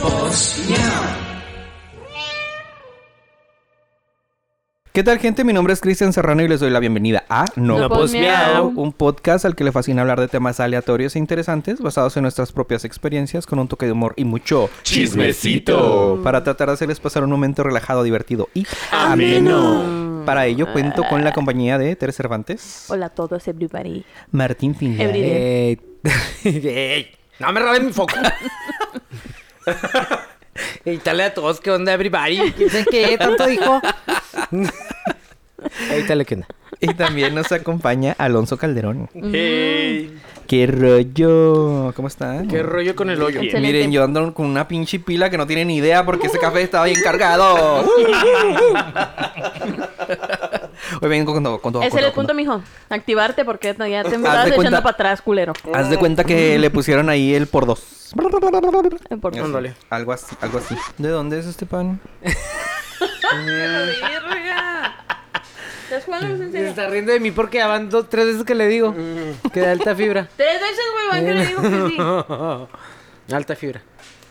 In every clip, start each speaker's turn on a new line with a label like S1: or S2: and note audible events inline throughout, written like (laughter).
S1: No os miau.
S2: ¿Qué tal, gente? Mi nombre es Cristian Serrano y les doy la bienvenida a No,
S3: No Pos Miau.
S2: un podcast al que le fascina hablar de temas aleatorios e interesantes basados en nuestras propias experiencias con un toque de humor y mucho
S4: Chismecito.
S2: para tratar de hacerles pasar un momento relajado, divertido y
S4: Ameno.
S2: Para ello cuento con la compañía de Teres Cervantes,
S3: Hola a todos, everybody.
S2: Martín
S3: Everyday.
S2: Pineda,
S4: Ey. (laughs) Ey. No me roben mi
S5: (laughs)
S4: foco. Ey, dale a todos, ¿qué onda, everybody? ¿Quién sabe ¿Qué tanto (laughs) dijo? Ey, dale, ¿qué onda?
S2: y también nos acompaña Alonso Calderón.
S4: Ey,
S2: ¡Qué rollo! ¿Cómo están?
S4: ¿Qué rollo con el hoyo?
S3: Excelente.
S2: Miren, yo ando con una pinche pila que no tienen ni idea porque ese café estaba bien
S3: (laughs)
S2: cargado. Hoy vengo con todo, con todo.
S3: Ese
S2: con
S3: es el
S2: todo, con
S3: punto, mijo. Activarte porque ya te estás echando
S2: cuenta-
S3: para atrás, culero.
S2: todo. Haz de cuenta
S3: Mm.
S2: que le pusieron ahí el por dos.
S3: No importa.
S2: Así,
S4: Ándale.
S2: Algo así, algo así. ¿De dónde es este pan?
S3: ¿Te das cuenta? En
S5: Se
S3: serio.
S5: está riendo de mí porque ya van dos, tres veces que le digo que de alta fibra.
S3: Tres veces, güey, van que le digo que sí.
S5: Alta fibra.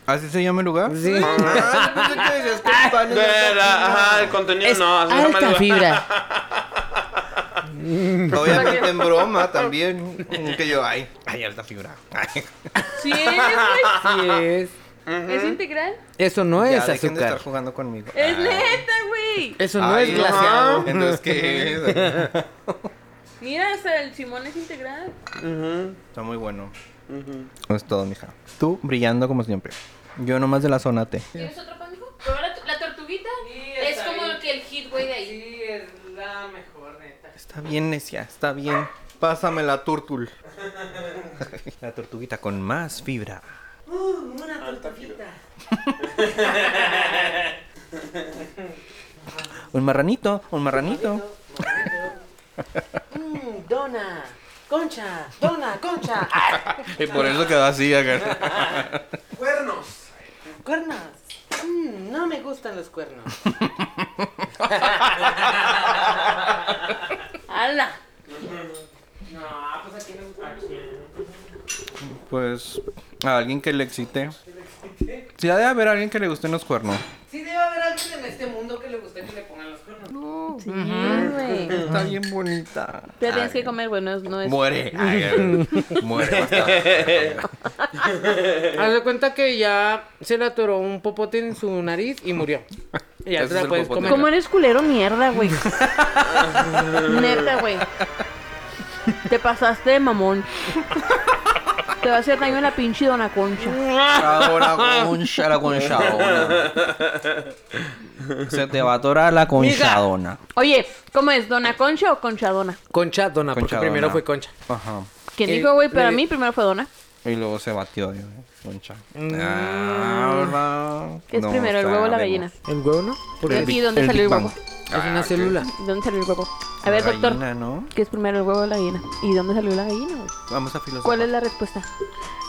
S2: ¿Así se llama el lugar?
S5: Sí.
S2: Ah, yo pensé que decías que el pan
S6: De
S2: era
S6: la- ajá, el contenido no. así no me
S5: alta
S6: lo-
S5: fibra.
S2: Obviamente en
S5: (laughs)
S2: broma también. Que yo, ay, ay, alta figura. Ay.
S3: (laughs) Sí, es,
S5: Así es.
S3: güey. Es integral.
S5: Eso no
S2: Ya,
S5: es
S2: dejen de estar
S5: azúcar.
S2: jugando conmigo.
S3: Es
S2: Ay.
S3: neta, güey.
S5: Eso no
S2: Ay,
S5: es glaseado.
S2: ajá. Entonces, ¿qué es?
S3: Mira, hasta el Simón es integral.
S2: Está muy bueno. Es todo, mija. Tú brillando como siempre. Yo nomás de la zona T.
S3: ¿Tienes otro pan, mijo? Pero la, la tortuguita es como que el hit, güey, de ahí.
S5: Sí, es la mejor neta.
S2: Está bien, necia, está bien. Pásame la turtul. (laughs) la tortuguita con más fibra. (laughs) un marranito, un marranito.
S5: dona, concha, dona, concha,
S2: Y por eso quedó así acá.
S5: cuernos. Mm, no me gustan los cuernos.
S3: ¡Hala!
S2: Pues a alguien que le excite. Sí, ha de haber alguien que le gusten los cuernos.
S5: Sí debe haber alguien en este mundo que le guste que le pongan los cuernos.
S3: Sí, güey. Pero
S2: Está bien bonita.
S3: tienes que comer, güey, no es. No es...
S2: Muere.
S6: (laughs)
S2: Ay, ay, muere. bastardo.
S5: Haz de cuenta que ya se le atoró un popote en su nariz y murió. Y ya
S2: Ese es
S5: te la
S2: el
S5: puedes
S2: popote.
S5: comer.
S3: ¿Cómo eres culero mierda, güey? Neta, güey. Te pasaste de mamón. Te va a hacer daño la pinche dona concha.
S2: Ahora concha, la conchadona. Se te va a atorar la conchadona.
S3: Oye, ¿cómo es? ¿Dona concha o conchadona?
S5: Concha, dona, porque
S2: Concha,
S5: primero
S2: dona.
S5: fue concha.
S2: Ajá.
S3: ¿Quién
S5: Eh,
S3: dijo, güey? Para
S5: eh,
S3: mí primero fue dona.
S2: Y luego se batió eh, concha. Ah, ¿verdad?
S3: ¿Qué Mm. es
S2: No,
S3: primero, el huevo o la gallina?
S2: sabemos.
S5: ¿El huevo no? Por
S3: ¿Y
S5: el-
S3: aquí dónde
S2: el Ah,
S3: salió el
S2: Big
S3: huevo?
S2: Bang.
S5: Es una célula.
S3: ¿Dónde salió el huevo? A ver,
S2: La
S3: doctor.
S2: gallina, Pues ¿no?
S3: ¿Qué es primero el huevo o la gallina? ¿Y dónde salió la gallina, güey?
S2: Vamos a filosofar.
S3: ¿Cuál es la respuesta?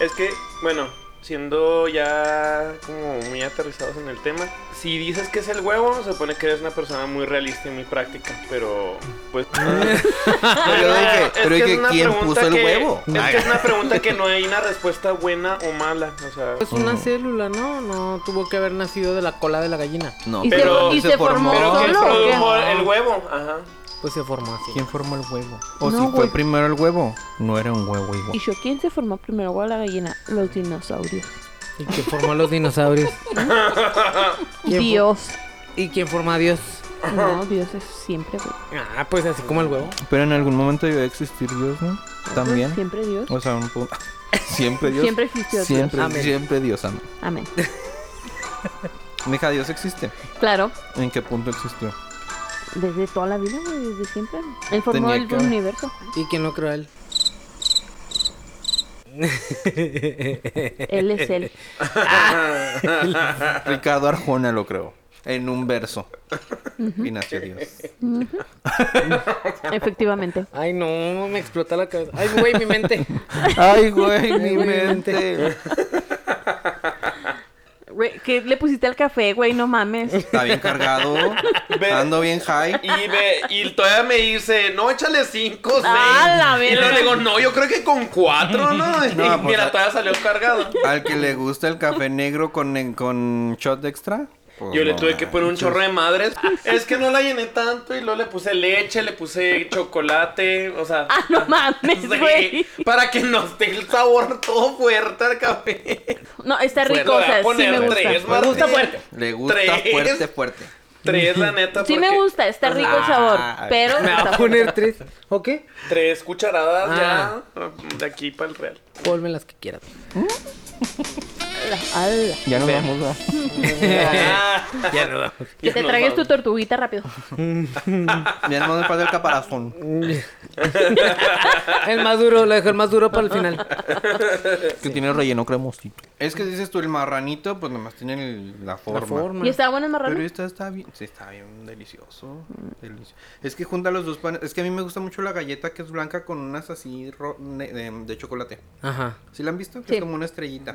S6: Es que, bueno, siendo ya como muy aterrizados en el tema, si dices que es el huevo, se supone que eres una persona muy realista y muy práctica, pero pues...
S2: (laughs) Pero yo dije,
S6: (laughs) Es
S2: pero
S6: que es
S2: dije,
S6: una
S2: ¿quién
S6: pregunta
S2: puso el
S6: que-
S2: huevo?
S6: Es que es una pregunta que no hay una respuesta buena o mala, o sea...
S3: Pues,
S5: Es una célula, ¿no? No tuvo que haber nacido de la cola de la gallina.
S2: No,
S3: ¿Y,
S6: pero-
S3: se, y se formó,
S6: Pero ¿quién
S3: solo o qué?
S6: produjo el huevo? Ajá.
S5: Pues se formó así.
S2: ¿Quién formó el huevo? O
S3: No,
S2: si fue
S3: güey.
S2: primero el huevo. No era un huevo igual.
S3: ¿Y yo quién se formó primero, huevo o la gallina? Los dinosaurios.
S5: ¿Y quién formó a los (laughs) dinosaurios? ¿Quién fue?
S3: Dios.
S5: ¿Y quién formó a Dios?
S3: No, Dios es siempre, güey.
S5: Ah, pues así como el huevo.
S2: Pero en algún momento debió existir Dios, ¿no? También.
S3: Siempre Dios.
S2: O sea, un punto. (laughs) Siempre Dios.
S3: Siempre existió Dios.
S2: Siempre,
S5: Amén.
S2: siempre Dios, amén.
S3: Amén.
S2: Mija, Dios existe.
S3: Claro,
S2: ¿En qué punto existió?
S3: desde toda la vida, güey, desde siempre. Él formó
S2: Tenía
S3: el
S2: que-
S3: universo.
S5: ¿Y quién lo creó a él?
S3: Él es él.
S2: Ricardo Arjona lo creo. En un verso. Y nació
S6: (laughs)
S2: Dios.
S3: Efectivamente.
S5: Ay, no, me explota la cabeza. Ay, güey,
S2: (laughs)
S5: mi mente.
S2: Ay, güey,
S5: mi
S2: mi mente.
S3: Güey, ¿Qué le pusiste al café, güey? No mames.
S2: Está bien cargado.
S6: Ve-
S2: Ando bien high.
S6: Y, ve, y todavía me dice, no, échale cinco, seis.
S3: Ah, la
S6: y luego
S3: verga.
S6: le digo, no, yo creo que con cuatro, ¿no?
S2: (laughs)
S6: Y
S2: No, pues,
S6: mira,
S2: a-
S6: todavía salió cargado.
S2: Al que le gusta el café negro con, con shot extra. pues
S6: Yo le
S2: no
S6: tuve que poner un
S2: manches.
S6: chorro de madres. Es que no la llené tanto y luego le puse leche, le puse chocolate, o sea...
S3: (laughs) Ah, no mames,
S6: sí,
S3: güey.
S6: para que no esté el sabor todo fuerte al café.
S3: No, está
S6: Pues,
S3: rico,
S6: le
S3: o
S6: voy a
S3: sea, sí
S6: poner
S3: me gusta.
S6: tres, Martín.
S3: Me gusta fuerte.
S2: Le gusta
S6: Tres.
S2: fuerte, fuerte.
S6: Tres, la neta.
S3: Sí me
S6: porque
S3: gusta, está rico el sabor,
S2: Ah,
S3: pero
S5: Me va
S3: está
S5: a
S3: fuerte.
S5: poner tres. ¿O qué?
S6: Tres cucharadas
S5: Ah.
S6: ya de aquí para el real.
S5: Ponme las que quieras.
S3: Ala.
S2: Ya nos vamos a...
S6: Ah. ya no da.
S3: Que te tragues tu tortuguita rápido.
S2: Ya nos falta el caparazón.
S5: El más duro, lo dejo el más duro para el final.
S2: Que tiene relleno cremosito. Es que dices tú, el marranito, pues nomás tiene el- la forma.
S3: ¿Y está bueno el
S2: Pero
S3: marrano?
S2: esta está bien, sí, está bien delicioso. delicio- Es que junta los dos panes. Es que a mí me gusta mucho la galleta que es blanca con unas así ro- ne- de, de chocolate.
S5: Ajá.
S2: ¿Sí la han visto? Que
S3: Sí.
S2: Es como una estrellita.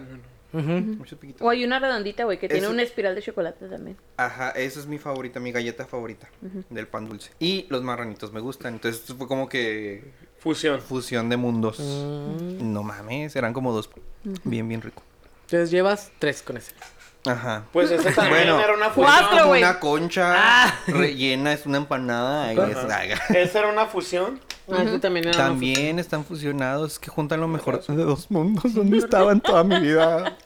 S2: Muchos piquitos.
S3: O hay una redondita, güey, que tiene
S2: Eso-
S3: una espiral de chocolate también.
S2: Ajá, esa es mi favorita, mi galleta favorita del pan dulce. Y los marranitos me gustan. Entonces esto fue como que
S6: Fusión.
S2: fusión de mundos. No mames, eran como dos. Bien, bien rico.
S5: Entonces llevas tres con ese.
S2: Ajá.
S6: Pues esa también
S2: Bueno.
S6: era una
S2: Es
S3: Cuatro.
S6: fusión.
S2: como
S3: güey. Ah.
S2: una concha
S3: (laughs)
S2: rellena, es una empanada. ahí es-
S6: Ajá. Esa era una fusión.
S5: Ah, ese también era.
S2: También están fusionados, es que juntan lo mejor de dos mundos donde estaban toda mi vida.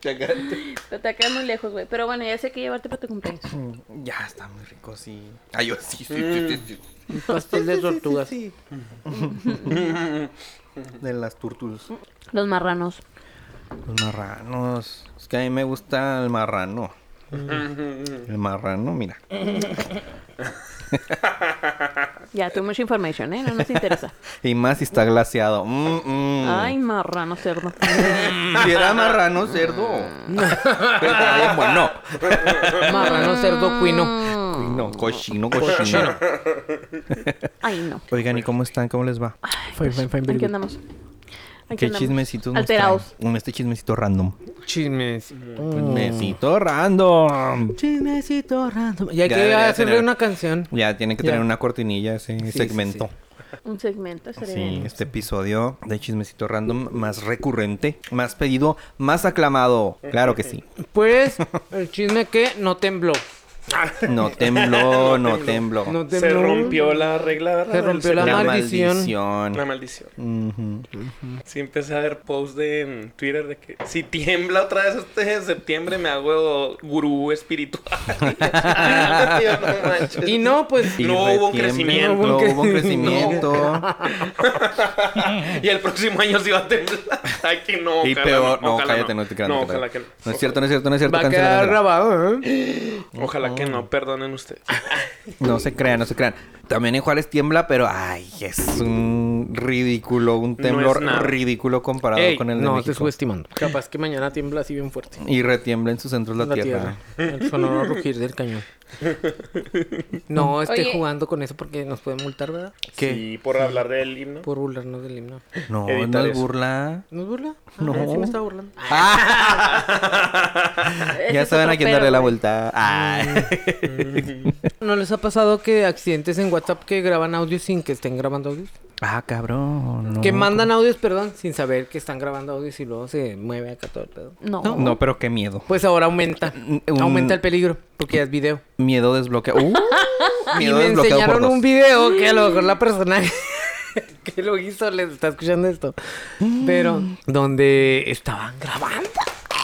S3: Pero te quedas muy lejos, güey. Pero bueno, ya sé que llevarte para tu cumpleaños.
S2: Mm, Ya está muy rico, sí. Ay, yo sí, sí, sí, sí, sí.
S5: Un pastel de tortugas.
S2: De las tortugas.
S3: Los marranos.
S2: Los marranos. Es que a mí me gusta el marrano. El marrano, mira.
S3: Ya, too much information, ¿eh? No nos interesa.
S2: Y más si está glaseado. Mm, mm.
S3: Ay, marrano cerdo.
S2: (laughs) Si era marrano,
S3: (laughs)
S2: cerdo. Pero está bien bueno.
S5: Marrano,
S2: Ah.
S5: cerdo, cuino.
S3: Mm.
S5: (laughs)
S2: Uy, No, cochino, cochino.
S3: Ay, no.
S2: Oigan, ¿y cómo están? ¿Cómo les va?
S5: Fine, fine, fine,
S3: Aquí
S5: very
S3: andamos. Aquí
S2: ¿Qué
S3: andamos.
S2: chismecitos nos
S3: Alterados.
S2: traen? Mm, Este chismecito random.
S5: good. Chismes.
S2: Chismecito random.
S5: Chismecito random. Y hay
S2: Ya
S5: que
S2: debería
S5: hacerle
S2: tener.
S5: una canción.
S2: Ya tiene que
S5: Ya.
S2: tener una cortinilla ese
S5: sí,
S2: segmento. Sí,
S3: Un segmento, estaría bien.
S2: este episodio de chismecito random más recurrente, más pedido, más aclamado. Claro que sí.
S5: Pues, el chisme que no tembló. (laughs)
S2: No tembló, no tembló.
S5: No tembló.
S6: Se rompió la regla. ¿verdad?
S5: Se
S6: Del
S5: rompió la
S2: La
S6: secreto.
S5: maldición.
S2: maldición.
S6: La maldición.
S2: Ujú.
S6: Sí, empecé a ver posts de- en Twitter de que si tiembla otra vez este septiembre me hago gurú espiritual. (laughs) Yo, no manches.
S5: Y no, pues.
S2: Y
S6: No hubo un
S2: retiembla,
S6: crecimiento.
S2: No hubo un
S5: No.
S2: crecimiento.
S6: Y el próximo año sí va a temblar. (laughs) Ay, que no.
S2: Y
S6: ojalá
S2: peor, no,
S6: ojalá
S2: cállate, no, te creas.
S6: No,
S2: te creas.
S6: ojalá que no.
S2: No es cierto, no es cierto, no es cierto.
S5: Va a
S2: cancela,
S5: quedar
S2: cancela.
S5: grabado, ¿eh?
S6: Ojalá que no, perdonen
S2: (laughs)
S6: ustedes.
S2: No se crean, no se crean. También en Juárez tiembla, pero ay, es un ridículo, un
S6: No
S2: temblor
S6: es nada.
S2: ridículo comparado
S5: Ey,
S2: con el de
S5: no, te
S2: México.
S5: subestimando. Capaz que mañana tiembla así bien fuerte.
S2: Y retiembla en sus centros la, tierra.
S5: El sonoro rugir del cañón. No estoy
S3: Oye.
S5: jugando con eso porque nos pueden multar, ¿verdad?
S6: Sí, por hablar del himno.
S5: Por burlarnos del himno.
S2: No, no
S6: Evitar
S2: es
S6: eso.
S2: burla.
S5: ¿Nos burla? Ah,
S2: No.
S5: Sí me estaba burlando.
S3: Ese
S2: ya
S3: es
S2: saben
S3: otro
S2: a quién darle
S3: pedo,
S2: la
S3: güey.
S2: vuelta. Ay.
S5: ¿No les ha pasado que accidentes en WhatsApp que graban audios sin que estén grabando audios?
S2: (laughs) ah, cabrón. no.
S5: Que mandan audios, perdón, sin saber que están grabando audios y luego se mueve acá todo el pedo.
S3: No.
S2: No, pero qué miedo.
S5: Pues ahora aumenta.
S2: un-
S5: Aumenta el peligro porque ya es video.
S2: Miedo desbloqueado. Uh,
S5: Y
S2: miedo
S5: me
S2: desbloqueado por
S5: enseñaron
S2: dos.
S5: un video que a lo mejor la persona (laughs) que lo hizo les está escuchando esto. Pero donde estaban grabando.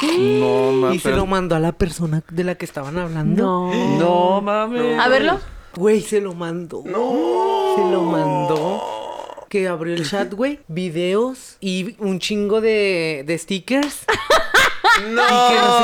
S2: No,
S5: y
S2: mames.
S5: se lo mandó a la persona de la que estaban hablando.
S3: No.
S2: No, mames.
S3: A verlo.
S5: Güey, se lo mandó. No. Se lo mandó. Que abrió el chat, güey. Videos y un chingo de,
S3: (laughs)
S5: de stickers. Y que no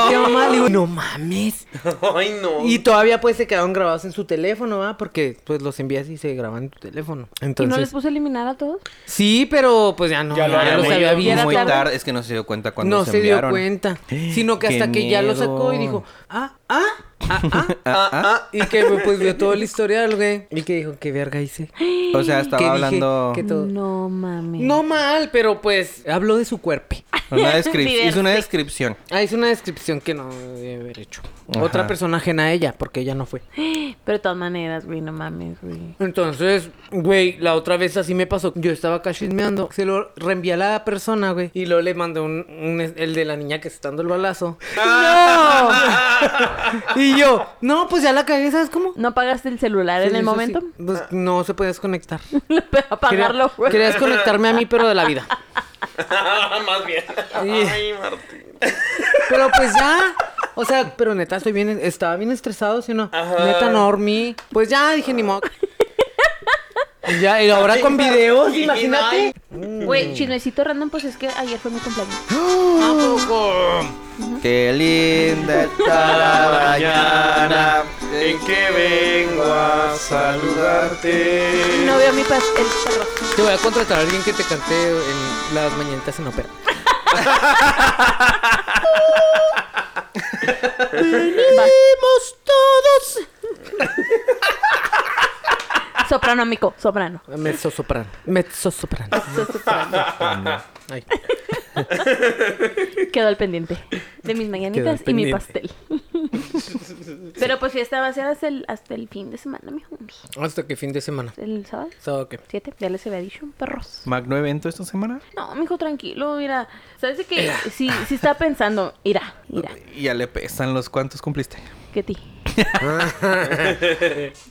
S5: se quedó mal. Y, güey, no mames.
S6: (laughs) Ay, no.
S5: Y todavía pues se quedaron grabados en su teléfono, ¿verdad? Porque pues los envías y se graban en tu teléfono.
S3: ¿Y no les
S5: Entonces.
S3: puse a eliminar a todos?
S5: Sí, pero pues ya no.
S6: Ya lo
S5: ya
S6: había
S5: los
S6: leído.
S3: Ya
S5: había
S3: era
S5: visto.
S2: Muy
S3: tarde.
S2: tarde, es que no se dio cuenta cuando
S5: no
S2: se,
S5: se dio
S2: enviaron.
S5: cuenta. Sino que
S2: Qué
S5: hasta que ya lo sacó y
S2: miedo.
S5: dijo, ah, ah, Ah, ah, ah, ah. Y que me pues vio todo el historial, güey. Y que dijo, qué verga hice.
S2: O sea,
S5: ¿Qué
S2: estaba
S5: dije?
S2: hablando.
S5: ¿Qué todo?
S3: No mames.
S5: No mal, pero pues habló de su cuerpo. (laughs)
S2: Una descrip-
S3: Divertido.
S2: hizo una descripción.
S5: Ah, es una descripción que no debe haber hecho.
S2: Ajá.
S5: Otra persona ajena a ella, porque ella no fue.
S3: Pero de todas maneras, güey, no mames, güey.
S5: Entonces, güey, la otra vez así me pasó. Yo estaba acá chismeando. Se lo reenvié a la persona, güey. Y luego le mandé un, un- el de la niña que se está dando el balazo. ¡No! (laughs) y yo, no, pues ya la cagué, ¿sabes cómo?
S3: ¿No pagaste el celular en
S5: Sí,
S3: el
S5: eso
S3: momento? (laughs)
S5: sí. Pues, no se puede desconectar.
S3: Pero apagarlo,
S5: Quería-
S3: güey.
S5: Querías conectarme a mí, pero de la vida.
S6: Ah, Más bien. Ay, Martín.
S5: Pero pues ya. O sea, pero neta, estoy bien, estaba bien estresado, ¿sí o no?
S6: Ajá.
S5: Neta, no dormí. Pues ya dije,
S3: (laughs)
S5: ni modo. Y Ya, y ahora con videos, imagínate.
S3: Güey, chismecito random, pues es que ayer fue mi cumpleaños.
S2: Qué linda está la mañana
S6: en que vengo a saludarte.
S3: No veo a mi pas el perro.
S5: Te voy a contratar a alguien que te cante en las mañanitas en ópera. Venimos todos.
S3: Soprano, amigo, soprano.
S5: Mezzosoprano. Mezzosoprano. Ay.
S3: Quedó al pendiente de mis
S5: Quedó al
S3: mañanitas y mi
S5: pendiente.
S3: pastel. (laughs) Pero pues fiesta va a ser hasta el, hasta el fin de semana, mi hombre.
S5: Hasta que fin de semana.
S3: El sábado
S5: Sábado que.
S3: 7, ya les había dicho, perros.
S2: Magno evento esta semana.
S3: No, mijo, tranquilo, mira. ¿Sabes de qué? Sí, sí está pensando, irá, irá,
S2: Y ya le pesan los cuantos cumpliste.
S3: que ti.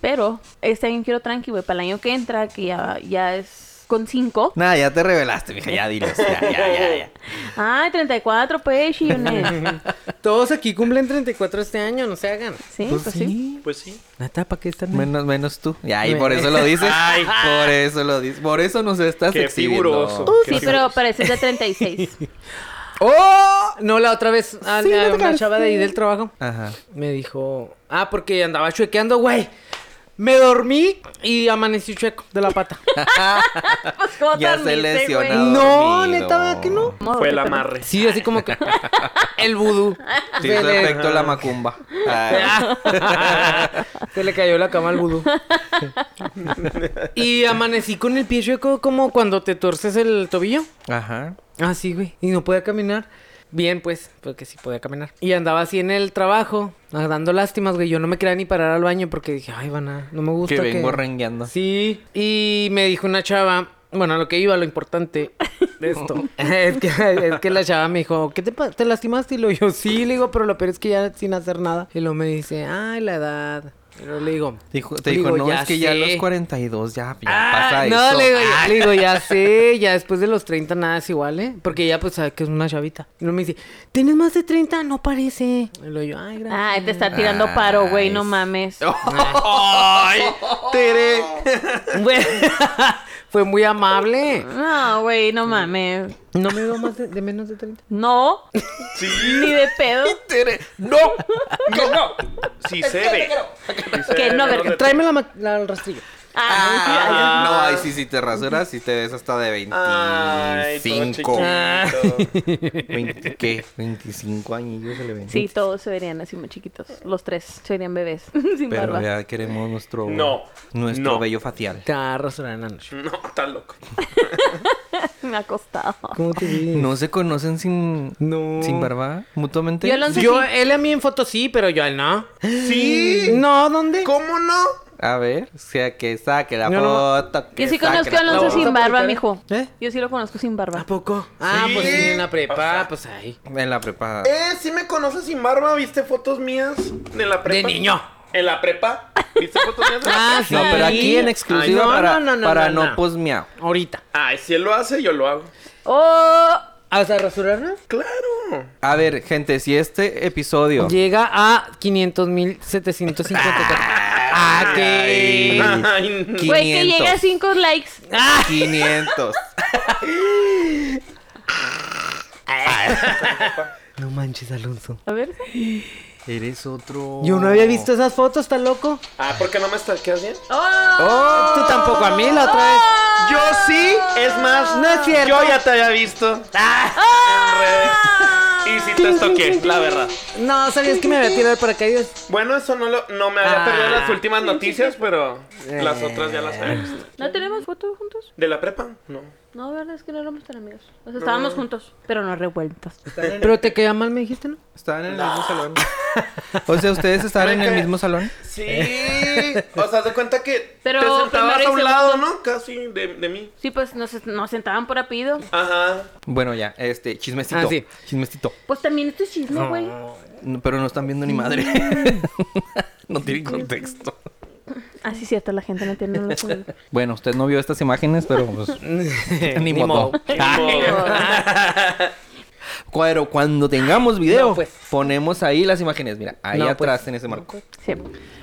S3: Pero este año quiero tranqui, güey, para el año que entra, que ya, ya es con 5.
S2: Nada, ya te revelaste, mija, ya diles. Ya, ya, ya,
S5: (laughs) Eh,
S2: ya.
S3: Ay, 34, pues, chillones.
S5: Todos aquí cumplen 34 este año, no se hagan.
S3: Sí, pues, sí.
S6: Pues sí.
S5: Nata, ¿para qué están?
S2: Menos, menos tú. Y ahí por eso lo
S5: (laughs)
S2: dices.
S6: Ay.
S2: por eso lo dices. Por eso nos estás
S6: Qué
S2: exhibiendo.
S6: figuroso.
S3: Uh,
S6: Qué
S3: sí, pero
S6: figuroso.
S3: pareces de 36.
S5: ¡Oh! No, la otra vez, a,
S3: Sí,
S5: a
S3: no te
S5: una
S3: creas.
S5: chava de ahí del trabajo
S2: Ajá.
S5: me dijo, ah, porque andaba chuequeando, güey. Me dormí y amanecí chueco de la pata.
S3: Pues, ¿cómo
S2: Ya
S3: te
S2: se
S3: dormiste, güey?
S2: lesionó.
S5: no,
S2: dormido.
S5: neta, ¿verdad que no?
S3: Modo
S6: Fue el
S3: que te-
S6: amarre.
S5: Sí, así como que el vudú.
S2: Sí,
S5: se,
S2: hizo
S5: le, (laughs)
S2: efecto la macumba. Ay.
S5: Ah. se le cayó la cama al vudú. y amanecí con el pie chueco como cuando te torces el tobillo.
S2: Ajá.
S5: Ah, sí, güey. Y no podía caminar. Bien, pues, porque sí podía caminar. Y andaba así en el trabajo, ah, dando lástimas, güey. Yo no me quería ni parar al baño porque dije, ay, van a, no me gusta.
S2: Que vengo rengueando.
S5: Sí. Y me dijo una chava, bueno, a lo que iba, lo importante
S2: (laughs)
S5: de esto. (laughs) es, que, es que la chava me dijo, ¿qué te, pa- te lastimaste? Y lo yo, sí, le digo, pero lo peor es que ya sin hacer nada. Y luego me dice, ay, la edad. Pero le digo,
S2: Dijo- te
S5: Digo,
S2: dijo, no,
S5: ya
S2: es que ya a los
S5: sé.
S2: 42 ya, ya
S5: Ah,
S2: pasa
S5: no,
S2: eso. Ah.
S5: le digo, ya, le digo, ya sé, ya después de los 30 nada es igual, ¿eh? Porque ella pues sabe que es una chavita. Y luego me dice, ¿tienes más de 30? No parece. Y luego yo, ay,
S3: Ay,
S5: gracias.
S3: te Ah, este está tirando paro, güey, no
S2: Ay.
S3: mames.
S2: ¡Ay! Tere.
S3: Oh.
S5: Bueno, (laughs) Fue muy amable.
S3: No, güey, no mames.
S5: No me veo más de, de menos de 30.
S3: No, ni de
S2: (laughs)
S3: pedo.
S2: Tere. ¡No! ¡No, no!
S6: Sí se ve. Sí se
S3: Que
S6: ve,
S3: no,
S6: menos
S3: verga.
S6: de-
S5: Tráeme la, ma- la- el rastrillo.
S3: Ah,
S2: Ah, no, ahí sí, si te rasuras, si te ves hasta de
S6: Ah, Ay, todo
S2: 25.
S6: chiquito.
S2: 20, ¿Qué? 25 añillos se le ven.
S3: sí, todos se verían así muy chiquitos. Los tres se verían bebés, (laughs) sin
S2: Pero
S3: barba.
S2: ya queremos nuestro.
S6: No,
S2: Nuestro
S6: no.
S2: vello facial.
S5: Te va a rasurar en la noche.
S6: No, está loco.
S3: Me ha costado.
S5: ¿Cómo te ves?
S2: ¿No se conocen sin.
S5: No.
S2: Sin barba? ¿Mutuamente?
S3: Yo lo- Entonces,
S5: Yo,
S3: sí.
S5: él a mí en foto sí, pero yo a él no.
S2: ¿Eh?
S6: Sí.
S5: No, ¿dónde?
S6: ¿Cómo no?
S2: A ver, o sea, que saque la
S5: No, no.
S2: foto. que
S3: Yo sí
S2: saque
S3: conozco
S2: la
S3: a Alonso
S2: foto.
S3: sin barba, mijo.
S5: ¿Eh?
S3: Yo sí lo conozco sin barba.
S5: ¿A poco? Ah,
S6: Sí.
S5: pues sí, en la prepa, pues ahí.
S2: En la prepa.
S6: Eh, sí me conoces sin barba, ¿viste fotos mías de la prepa?
S5: De niño.
S6: ¿En la prepa? ¿Viste fotos mías de la
S5: Ah,
S6: prepa?
S5: sí.
S2: No, pero aquí en exclusiva
S5: Ay, no,
S2: para
S5: no, no, no,
S2: para
S5: no,
S2: no,
S5: no.
S2: posmeado.
S5: Ahorita. Ah,
S6: Ay, si él lo hace, yo lo hago.
S3: ¡Oh!
S5: ¿Hasta rasurarnos?
S6: Claro.
S2: A ver, gente, si este episodio.
S5: Llega a 500,754. ¡Ah, qué!
S6: Ay, no.
S3: Güey, que llega a
S2: 500.
S3: 5 likes.
S5: Ah.
S2: 500.
S5: No manches, Alonso.
S3: A ver.
S2: Eres otro.
S5: Yo no había visto esas fotos, ¿está loco?
S6: Ah, ¿por qué no me stalkeas bien?
S3: ¡Oh!
S5: ¡Oh! Tú tampoco a mí la otra vez.
S6: Yo sí, es más,
S5: No es cierto.
S3: Oh.
S6: yo ya te había visto. En redes. Y si te estoqué, la verdad.
S5: No, sabías que me había tirado el paracaídas.
S6: Bueno, eso no lo, no me había
S5: Ah.
S6: perdido las últimas noticias, pero
S5: Eh.
S6: las otras ya las sabemos.
S3: ¿No tenemos fotos juntos?
S6: ¿De la prepa? No.
S3: No, verdad es que no éramos tan amigos. O sea, estábamos juntos, pero no revueltos.
S5: Pero te caía mal, me dijiste, (laughs) ¿no?
S2: Estaban en el mismo salón. O sea, ustedes estaban en el mismo salón.
S6: Sí. O sea, de cuenta que
S3: Eh. Pero
S6: te sentabas
S3: primero y
S6: a un lado,
S3: segundo.
S6: ¿no? Casi de, de mí.
S3: Sí, pues nos, nos sentaban por rápido.
S6: Ajá.
S2: Bueno, ya, este, chismecito.
S5: Ah, sí.
S2: Chismecito.
S3: Pues también este chisme, güey.
S2: No, pero no están viendo ni madre. (laughs) no tienen contexto.
S3: Ah, sí, cierto, la gente no
S2: (laughs)
S3: entiende lo que-
S2: Bueno, usted no vio estas imágenes, pero (laughs) pues. ni modo.
S5: Ah,
S2: Pero cuando tengamos video,
S5: No, pues.
S2: ponemos ahí las imágenes. Mira, ahí
S5: No,
S2: atrás
S5: pues.
S2: en ese marco.
S3: Sí.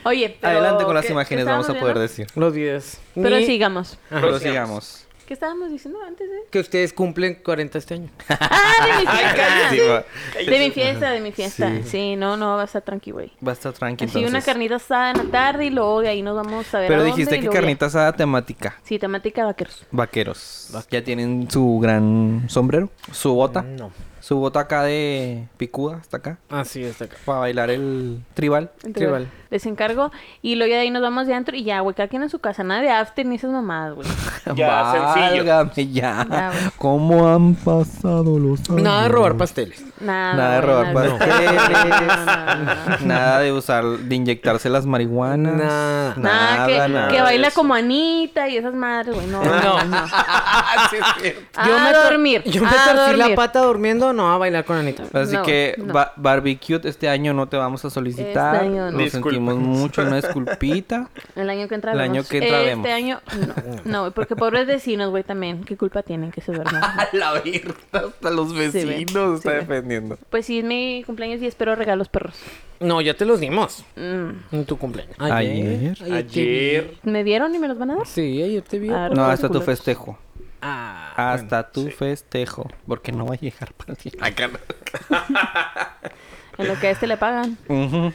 S3: Oye, pero
S2: Adelante con las
S3: ¿qué-
S2: imágenes,
S3: qué
S2: vamos a poder
S3: estábamos
S2: decir.
S5: Los 10.
S3: viendo? Pero
S5: Ni
S3: sigamos.
S2: Pero sigamos.
S3: ¿Qué estábamos diciendo
S2: (laughs)
S3: antes de...?
S5: Que ustedes cumplen 40 este año.
S3: ¡Ah, de mi fiesta!
S2: Sí, va.
S3: de mi fiesta, de mi fiesta.
S2: Sí.
S3: Sí, no, no, va a estar tranqui, güey.
S2: Va a estar tranqui
S3: Así
S2: entonces.
S3: una carnita asada en la tarde y luego de ahí nos vamos a ver a
S2: Pero
S3: dónde
S2: dijiste
S3: y
S2: que
S3: luego ya.
S2: carnita asada temática.
S3: Sí, temática vaqueros.
S2: Vaqueros. Ya tienen su gran sombrero, su bota.
S5: No.
S2: Su bota acá de picuda, hasta acá.
S5: Así está acá.
S2: Para bailar el tribal.
S3: Entonces,
S5: Tribal.
S3: Les encargo y luego ya de ahí nos vamos de antro y ya, güey, cada quien en su casa, nada de after ni esas
S2: (laughs)
S3: mamadas, güey.
S6: Ya, sencillo.
S2: Válgame, ya.
S3: Ya, güey.
S2: ¿Cómo han pasado los años?
S5: Nada de robar pasteles.
S3: Nada,
S2: Nada de
S3: güey,
S2: robar
S3: nada de-
S2: pasteles.
S3: No, no, no, no.
S2: Nada de usar, de inyectarse las marihuanas.
S5: Nada.
S3: Nada, que,
S2: nada.
S3: que baila
S6: eso.
S3: como Anita y esas madres, güey. No,
S5: No.
S3: no,
S2: (laughs)
S3: no. a
S5: tor-
S3: dormir.
S5: Yo me
S3: a
S5: torcí la
S3: dormir.
S5: pata durmiendo, no a bailar con Anita.
S2: Así
S3: No,
S2: que
S3: no.
S2: ba- barbecue este año no te vamos a solicitar.
S3: Este año no.
S2: Lo sentimos mucho, una
S3: (laughs)
S2: disculpita.
S3: El año que entra
S2: El
S3: vemos.
S2: año que entra
S3: Este
S2: vemos.
S3: año, no. No, güey, porque pobres vecinos, güey, también. ¿Qué culpa tienen que
S2: (laughs)
S3: se duerman?
S2: La virta hasta los
S3: ve,
S2: vecinos está
S3: se ve.
S2: defendiendo.
S3: Pues sí, es mi cumpleaños y espero regalos perros.
S5: No, ya te los dimos
S3: Mm,
S5: en tu cumpleaños.
S2: Ayer.
S5: te
S6: Ayer.
S3: ¿Me dieron y me los van a dar?
S5: vi. Sí, ayer te vi.
S3: Ah,
S2: No, hasta tu
S3: culeros.
S2: festejo.
S5: Ah. (laughs)
S2: Hasta tu festejo. Porque no va a llegar para ti. Acá no.
S3: En lo que a este
S2: (laughs)
S3: le pagan.
S2: Ujú.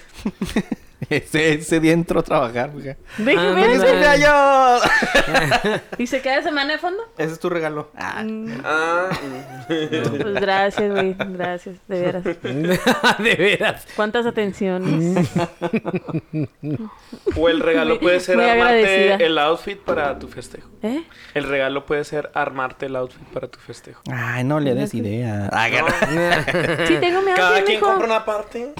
S2: (laughs) ese, ese día entró a trabajar, mija.
S5: Ah,
S3: Déjeme.
S5: no,
S2: ¡Feliz
S5: no, no.
S2: cumpleaños!
S3: ¿Y se queda semana de fondo?
S2: (laughs)
S3: Mm,
S2: Ese es tu regalo.
S6: Ah,
S3: Pues gracias, güey. Gracias, de veras.
S5: de veras.
S3: ¿Cuántas atenciones?
S6: o
S3: (laughs)
S6: el regalo puede ser
S3: Muy agradecida.
S6: armarte el outfit para tu festejo.
S3: ¿Eh?
S6: El regalo puede ser armarte el outfit para tu festejo.
S2: Ay, no le des idea.
S3: (laughs) Sí, tengo mi
S6: (laughs) Cada
S3: outfit,
S6: quien
S3: mijo.
S6: compra una parte.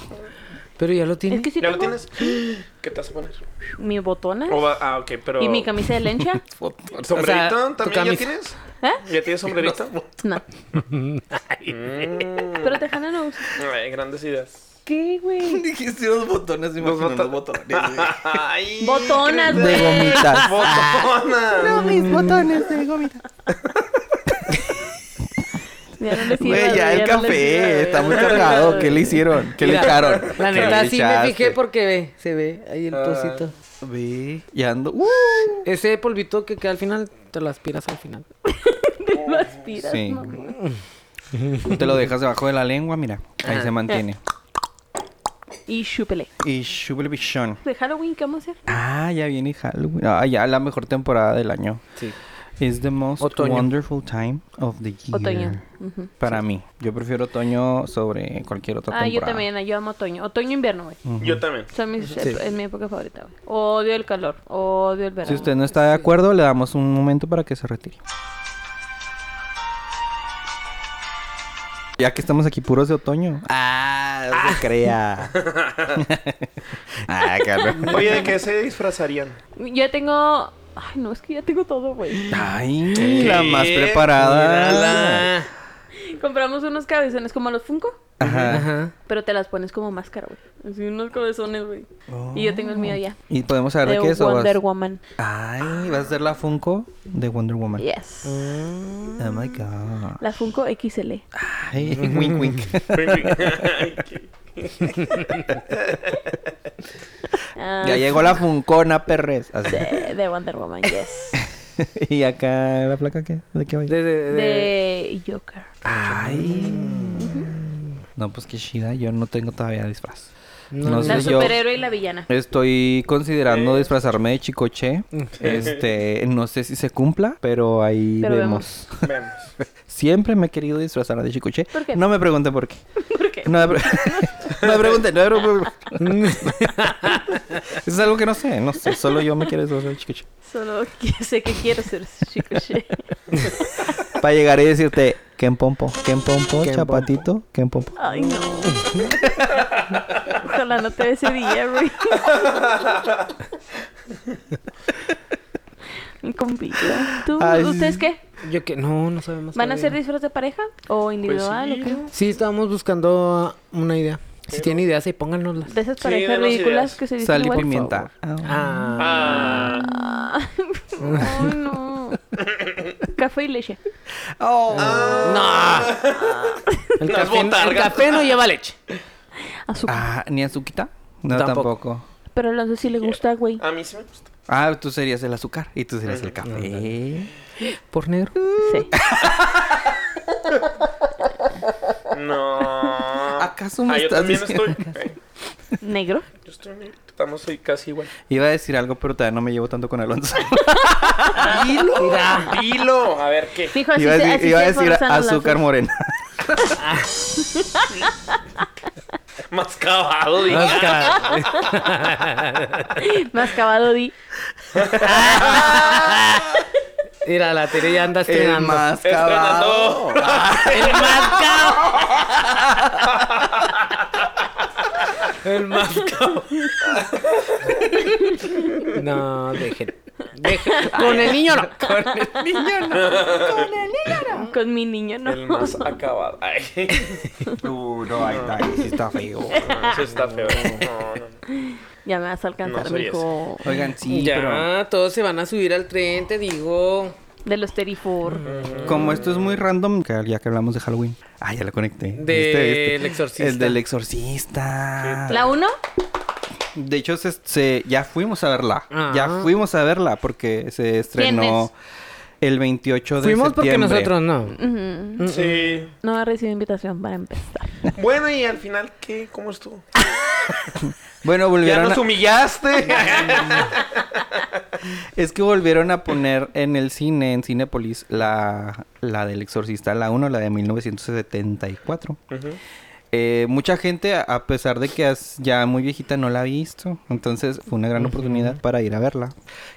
S5: Pero ya lo
S3: Es
S5: tienes.
S3: que sí
S6: ¿Ya lo
S3: tengo
S6: tienes? (gasps) ¿Qué te vas a poner?
S3: mi botona
S6: O va- ah, ok, pero.
S3: y mi camisa de lencha.
S6: ¿Sombrerito?
S5: o sea, tu
S6: ¿También ya
S5: camisa.
S6: tienes?
S3: ¿Eh?
S6: ¿Ya tienes sombrerito?
S3: (laughs) No. Pero Tejana no usa.
S6: (laughs) Ay, grandes ideas.
S3: ¿Qué,
S2: (laughs) (laughs)
S3: güey?
S2: Dijiste los botones, me imagino los (laughs) botones.
S6: Ay,
S3: Botonas,
S2: De
S3: güey.
S2: gomitas.
S6: Botonas.
S2: mis botones de gomita.
S3: Ya no le sirve,
S2: Güey, ya el
S3: no le sirve,
S2: café está muy
S3: ya no le
S2: cargado.
S3: sirve.
S2: ¿Qué le
S3: (laughs)
S2: hicieron? ¿Qué le
S5: Mira,
S2: echaron?
S5: La
S2: ¿Qué
S5: neta
S2: le
S5: sí me
S2: echaste?
S5: fijé porque ve, se ve ahí
S6: Ah.
S5: el pocito.
S2: Ve, y ando. ¡uh!
S5: Ese polvito que queda al final, te lo aspiras al final.
S3: Te lo aspiras,
S2: Sí.
S3: mamá.
S2: Te lo dejas debajo de la lengua, mira. Ahí se mantiene.
S3: Y chúpele.
S2: Y Shubble Vision.
S3: De Halloween, ¿qué vamos a hacer?
S2: Ah, ya viene Halloween. Ah, ya la mejor temporada del año.
S5: Sí.
S2: It's the most
S5: Otoño.
S2: wonderful time of the year.
S3: Otoño. Ujú.
S2: Para mí. Yo prefiero otoño sobre cualquier otra
S3: Ah,
S2: temporada.
S3: yo también, yo amo otoño. Otoño-invierno, güey.
S6: Yo también.
S3: Son mis, Es mi época favorita, güey. Odio el calor, odio el verano.
S2: Si usted no está de acuerdo, le damos un momento para que se retire. Ya que estamos aquí puros de otoño. Ah, no se (laughs) crea. ah, cabrón.
S6: Oye, ¿de qué se disfrazarían?
S3: Yo tengo... Ay, no, es que ya tengo todo, güey.
S2: Ay, la más preparada.
S3: Compramos unos cabezones como los Funko,
S2: Ajá.
S5: Ajá.
S3: pero te las pones como máscara, güey. Así unos cabezones, güey. Y yo tengo el mío ya.
S2: Y podemos saber
S3: De
S2: Oh. de qué es o vas.
S3: Wonder Woman.
S2: Ay, vas a ser la Funko de Wonder Woman.
S3: Ah. Yes.
S2: Oh my god.
S3: La Funko XL.
S5: (laughs)
S2: Ay, wink wink.
S6: (laughs)
S3: Ah,
S2: (laughs) ya llegó la Funcona Perrez. Así.
S3: de, de Wonder Woman,
S2: (laughs)
S3: yes.
S2: y acá la placa qué? ¿De qué va?
S5: De, de- de-
S3: De Joker.
S2: Ay. No, pues qué chida, yo no tengo todavía disfraz.
S5: No, Eh.
S2: No
S5: no.
S3: La
S2: sé yo.
S3: superhéroe y
S2: (laughs)
S3: la villana.
S2: Estoy considerando disfrazarme de
S5: (laughs)
S2: chicoche. Este, no sé si se cumpla, pero ahí
S3: Pero
S2: vemos.
S6: Vemos.
S2: Siempre me he querido disfrazar de chicoche.
S3: ¿Por qué?
S2: No me pregunten por qué.
S3: ¿Por qué?
S2: No me, pre- (laughs) no me pregunten, no me pregunten. es algo que no sé, no sé. Solo yo me quiero disfrazar de chicoche.
S3: Solo que sé que quiero ser
S2: (laughs)
S3: Chicoche.
S2: Para llegar y decirte, ¿quién pompo? ¿Quién pompo? ¿Chapatito? ¿Quién pompo?
S3: Ay, no. Ojalá no te dé ese
S2: (laughs)
S3: día, güey. Mi compilla. ¿Tú,
S2: Ay, sí,
S3: ¿Ustedes
S2: sí.
S3: qué?
S5: Yo que no, no sabemos.
S3: ¿Van a hacer
S5: todavía.
S3: disfraz de pareja? ¿O
S2: Pues
S3: individual?
S6: sí,
S3: ¿O qué?
S5: Sí, estábamos buscando ah, una idea. Si tienen ideas, ahí pónganoslas.
S3: De esas
S6: Sí,
S3: parejas
S6: denos
S3: ridículas
S6: ideas.
S3: que se dicen
S2: Sal y
S3: igual.
S2: pimienta. Ah.
S5: Ah,
S3: Ah,
S6: Ah,
S3: Ay,
S2: (laughs)
S3: no. Café y leche.
S6: (laughs)
S5: el,
S6: Ah. Las
S5: café, el
S6: botargas.
S5: café no lleva leche.
S3: Azúcar.
S2: Ah, ¿Ni azuquita? No,
S5: Tampoco.
S2: tampoco.
S3: Pero a Alonso sí le gusta, güey.
S6: a mí sí me gusta.
S2: Ah, tú serías el azúcar y tú serías el café.
S5: Por negro.
S3: Sí.
S6: No.
S2: ¿Acaso me
S6: ah, yo
S2: estás
S6: también
S2: diciendo
S6: estoy. Eh,
S3: ¿Negro?
S6: yo estoy negrito. Estamos ahí casi
S2: (laughs)
S6: igual.
S2: Iba a decir algo, pero todavía no me llevo tanto con
S3: (laughs)
S2: Alonso.
S5: Dilo.
S2: (laughs)
S5: Mira,
S2: Ah.
S6: Dilo. A ver qué.
S3: Dijo así.
S2: iba a
S3: Pues se-
S2: decir,
S3: así
S2: iba a
S3: se
S2: decir
S3: esforzan los
S2: azúcar
S3: lazos.
S2: morena.
S6: Más cavado, diga.
S3: (laughs) Más cavado di.
S2: (laughs)
S5: mira, la Tere ya anda
S2: El
S5: estrenando.
S2: más
S6: Estrenando.
S2: (laughs) cavado.
S5: El más cao. El más cao. No, dejen. Dejen. Con el niño
S2: (laughs)
S5: no. Con el niño no.
S3: Con mi niño, no.
S6: El más acabado. Ay, (laughs)
S2: Uh, no, ahí está, ahí sí está feo.
S6: no, eso está feo. No, no, no.
S3: Ya me vas a alcanzar,
S6: No soy
S3: mijo.
S2: Oigan, sí,
S5: ya,
S2: pero
S5: todos se van a subir al tren, te digo.
S3: De los Terifor.
S2: como esto es muy random, que- ya que hablamos de Halloween. Ah, ya lo conecté.
S5: Del Exorcista.
S2: El del exorcista.
S3: ¿La 1?
S2: De hecho, se, se- ya fuimos a verla.
S5: Ah.
S2: Ya fuimos a verla porque se estrenó
S3: es?
S2: el 28 de
S5: Fuimos porque
S2: septiembre.
S5: nosotros no.
S6: Sí.
S3: No ha recibido invitación para empezar.
S6: Bueno, y al final, ¿qué? ¿Cómo estuvo?
S2: Bueno,
S6: Ya
S2: volvieron
S6: nos
S2: a-
S6: humillaste.
S2: es que volvieron a poner en el cine, en Cinépolis, la, la del Exorcista, la 1, la de 1974.
S6: Ujú.
S2: Eh, mucha gente, a- a pesar de que es ya muy viejita, no la ha visto. Entonces fue una gran oportunidad para ir a verla.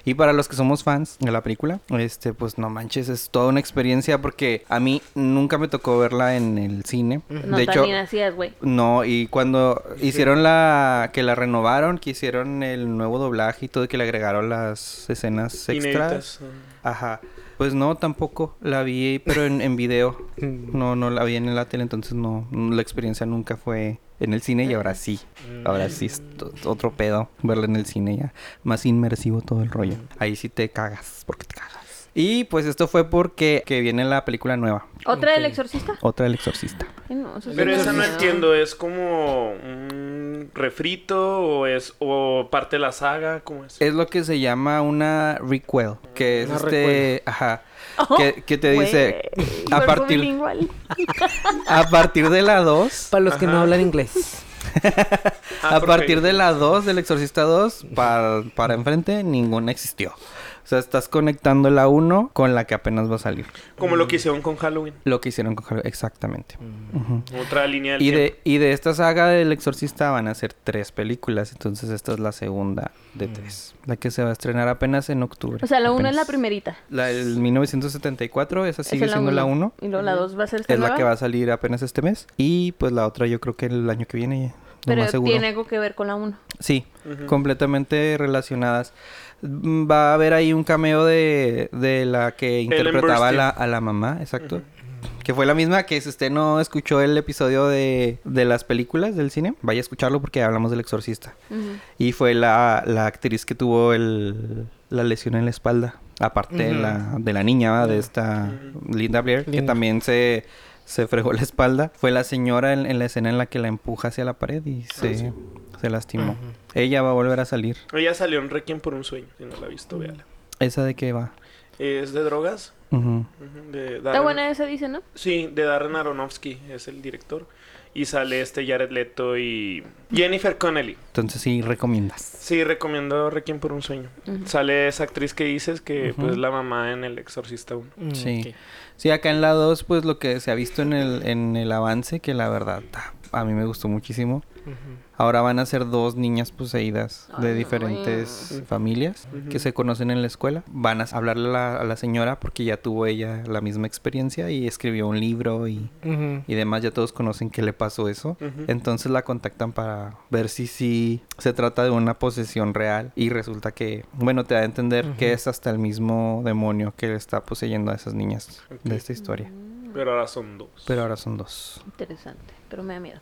S2: Y para los que somos fans de la película, este, pues no manches, es toda una experiencia porque a mí nunca me tocó verla en el cine.
S3: No
S2: de
S3: tan
S2: hecho,
S3: bien hacías, güey.
S2: no, y cuando hicieron la... que la renovaron, que hicieron el nuevo doblaje y todo, y que le agregaron las escenas extras.
S6: Inéditas. mm.
S2: Ajá. Pues no, tampoco. La vi, pero en, en video. No, no la vi en la tele, entonces no. no, La experiencia nunca fue en el cine y ahora sí. Ahora sí es to- otro pedo verla en el cine ya. Más inmersivo todo el rollo. Ahí sí te cagas, porque te cagas. Y pues esto fue porque que viene la película nueva.
S3: ¿Otra del exorcista?
S2: Otra del exorcista.
S3: Ay, no, eso sí
S6: Pero
S3: me
S6: esa
S3: da
S6: no
S3: miedo.
S6: entiendo, ¿es como un refrito o es o parte de la saga? ¿Cómo es?
S2: Es lo que se llama una requel. Que es
S5: Una
S2: este.
S5: requel.
S2: Ajá.
S3: Oh,
S2: (laughs) que, que te
S3: güey.
S2: dice. A (laughs)
S3: Cuerpo
S2: partir,
S3: bilingual.
S2: a partir de la 2.
S5: Para los que no hablan inglés.
S6: Ah,
S2: a
S6: porque-
S2: partir de la 2 del Exorcista 2 para, para enfrente ninguna existió. O sea, estás conectando la 1 con la que apenas va a salir.
S6: Como lo que hicieron con Halloween.
S2: Lo que hicieron con Halloween, exactamente. Ujú.
S6: Otra línea del
S2: Y
S6: tiempo.
S2: de, y de esta saga del Exorcista van a ser tres películas, entonces esta es la segunda de tres. La que se va a estrenar apenas en octubre.
S3: O sea, la 1 es la
S2: apenas.
S3: primerita.
S2: La del 1974, esa
S3: Esa
S2: sigue
S3: es
S2: siendo la
S3: uno.
S2: 1.
S3: Y luego la 2 va a ser esta
S2: Es la
S3: nueva,
S2: que va a salir apenas este mes. Y pues la otra yo creo que el año que viene. lo más
S3: Pero
S2: seguro.
S3: tiene algo que ver con la 1.
S2: Sí, completamente relacionadas. Mm, Va a haber ahí un cameo de, de la que interpretaba a la, a la mamá, exacto. Que fue la misma que si usted no escuchó el episodio de, de las películas del cine, vaya a escucharlo porque hablamos del exorcista. Y fue la, la actriz que tuvo el, la lesión en la espalda, aparte de, la, de la niña, ¿va? de esta Linda Blair, que
S5: Linda.
S2: también se, se fregó la espalda. Fue la señora en, en la escena en la que la empuja hacia la pared y se, se lastimó. Ella va a volver a salir.
S6: Ella salió en Requiem por un sueño, si no la ha visto, véala.
S2: ¿Esa de qué va?
S6: Es de drogas.
S2: Ujú.
S6: Ujú, de
S3: Está
S6: Darren-
S3: buena esa, dice, ¿no?
S6: Sí, de Darren Aronofsky, es el director. Y sale este Jared Leto y Jennifer Connelly.
S2: Entonces sí, recomiendas.
S6: Sí, recomiendo Requiem por un sueño. Sale esa actriz que dices que pues es la mamá en El Exorcista 1.
S5: Mm,
S2: Sí.
S5: ok.
S2: Sí, acá en la 2, pues lo que se ha visto en el, en el avance, que la verdad ta, a mí me gustó muchísimo. Ahora van a ser dos niñas poseídas de
S3: Ay.
S2: diferentes familias
S6: Ujú.
S2: que se conocen en la escuela. Van a hablarle a la, a la señora porque ya tuvo ella la misma experiencia y escribió un libro y,
S5: Ujú.
S2: y demás. Ya todos conocen que le pasó eso.
S6: Ujú.
S2: Entonces la contactan para ver si sí se trata de una posesión real. Y resulta que, bueno, te da a entender que es hasta el mismo demonio que está poseyendo a esas niñas de esta historia.
S6: Pero ahora son dos.
S2: Pero ahora son dos.
S3: Interesante, pero me da miedo.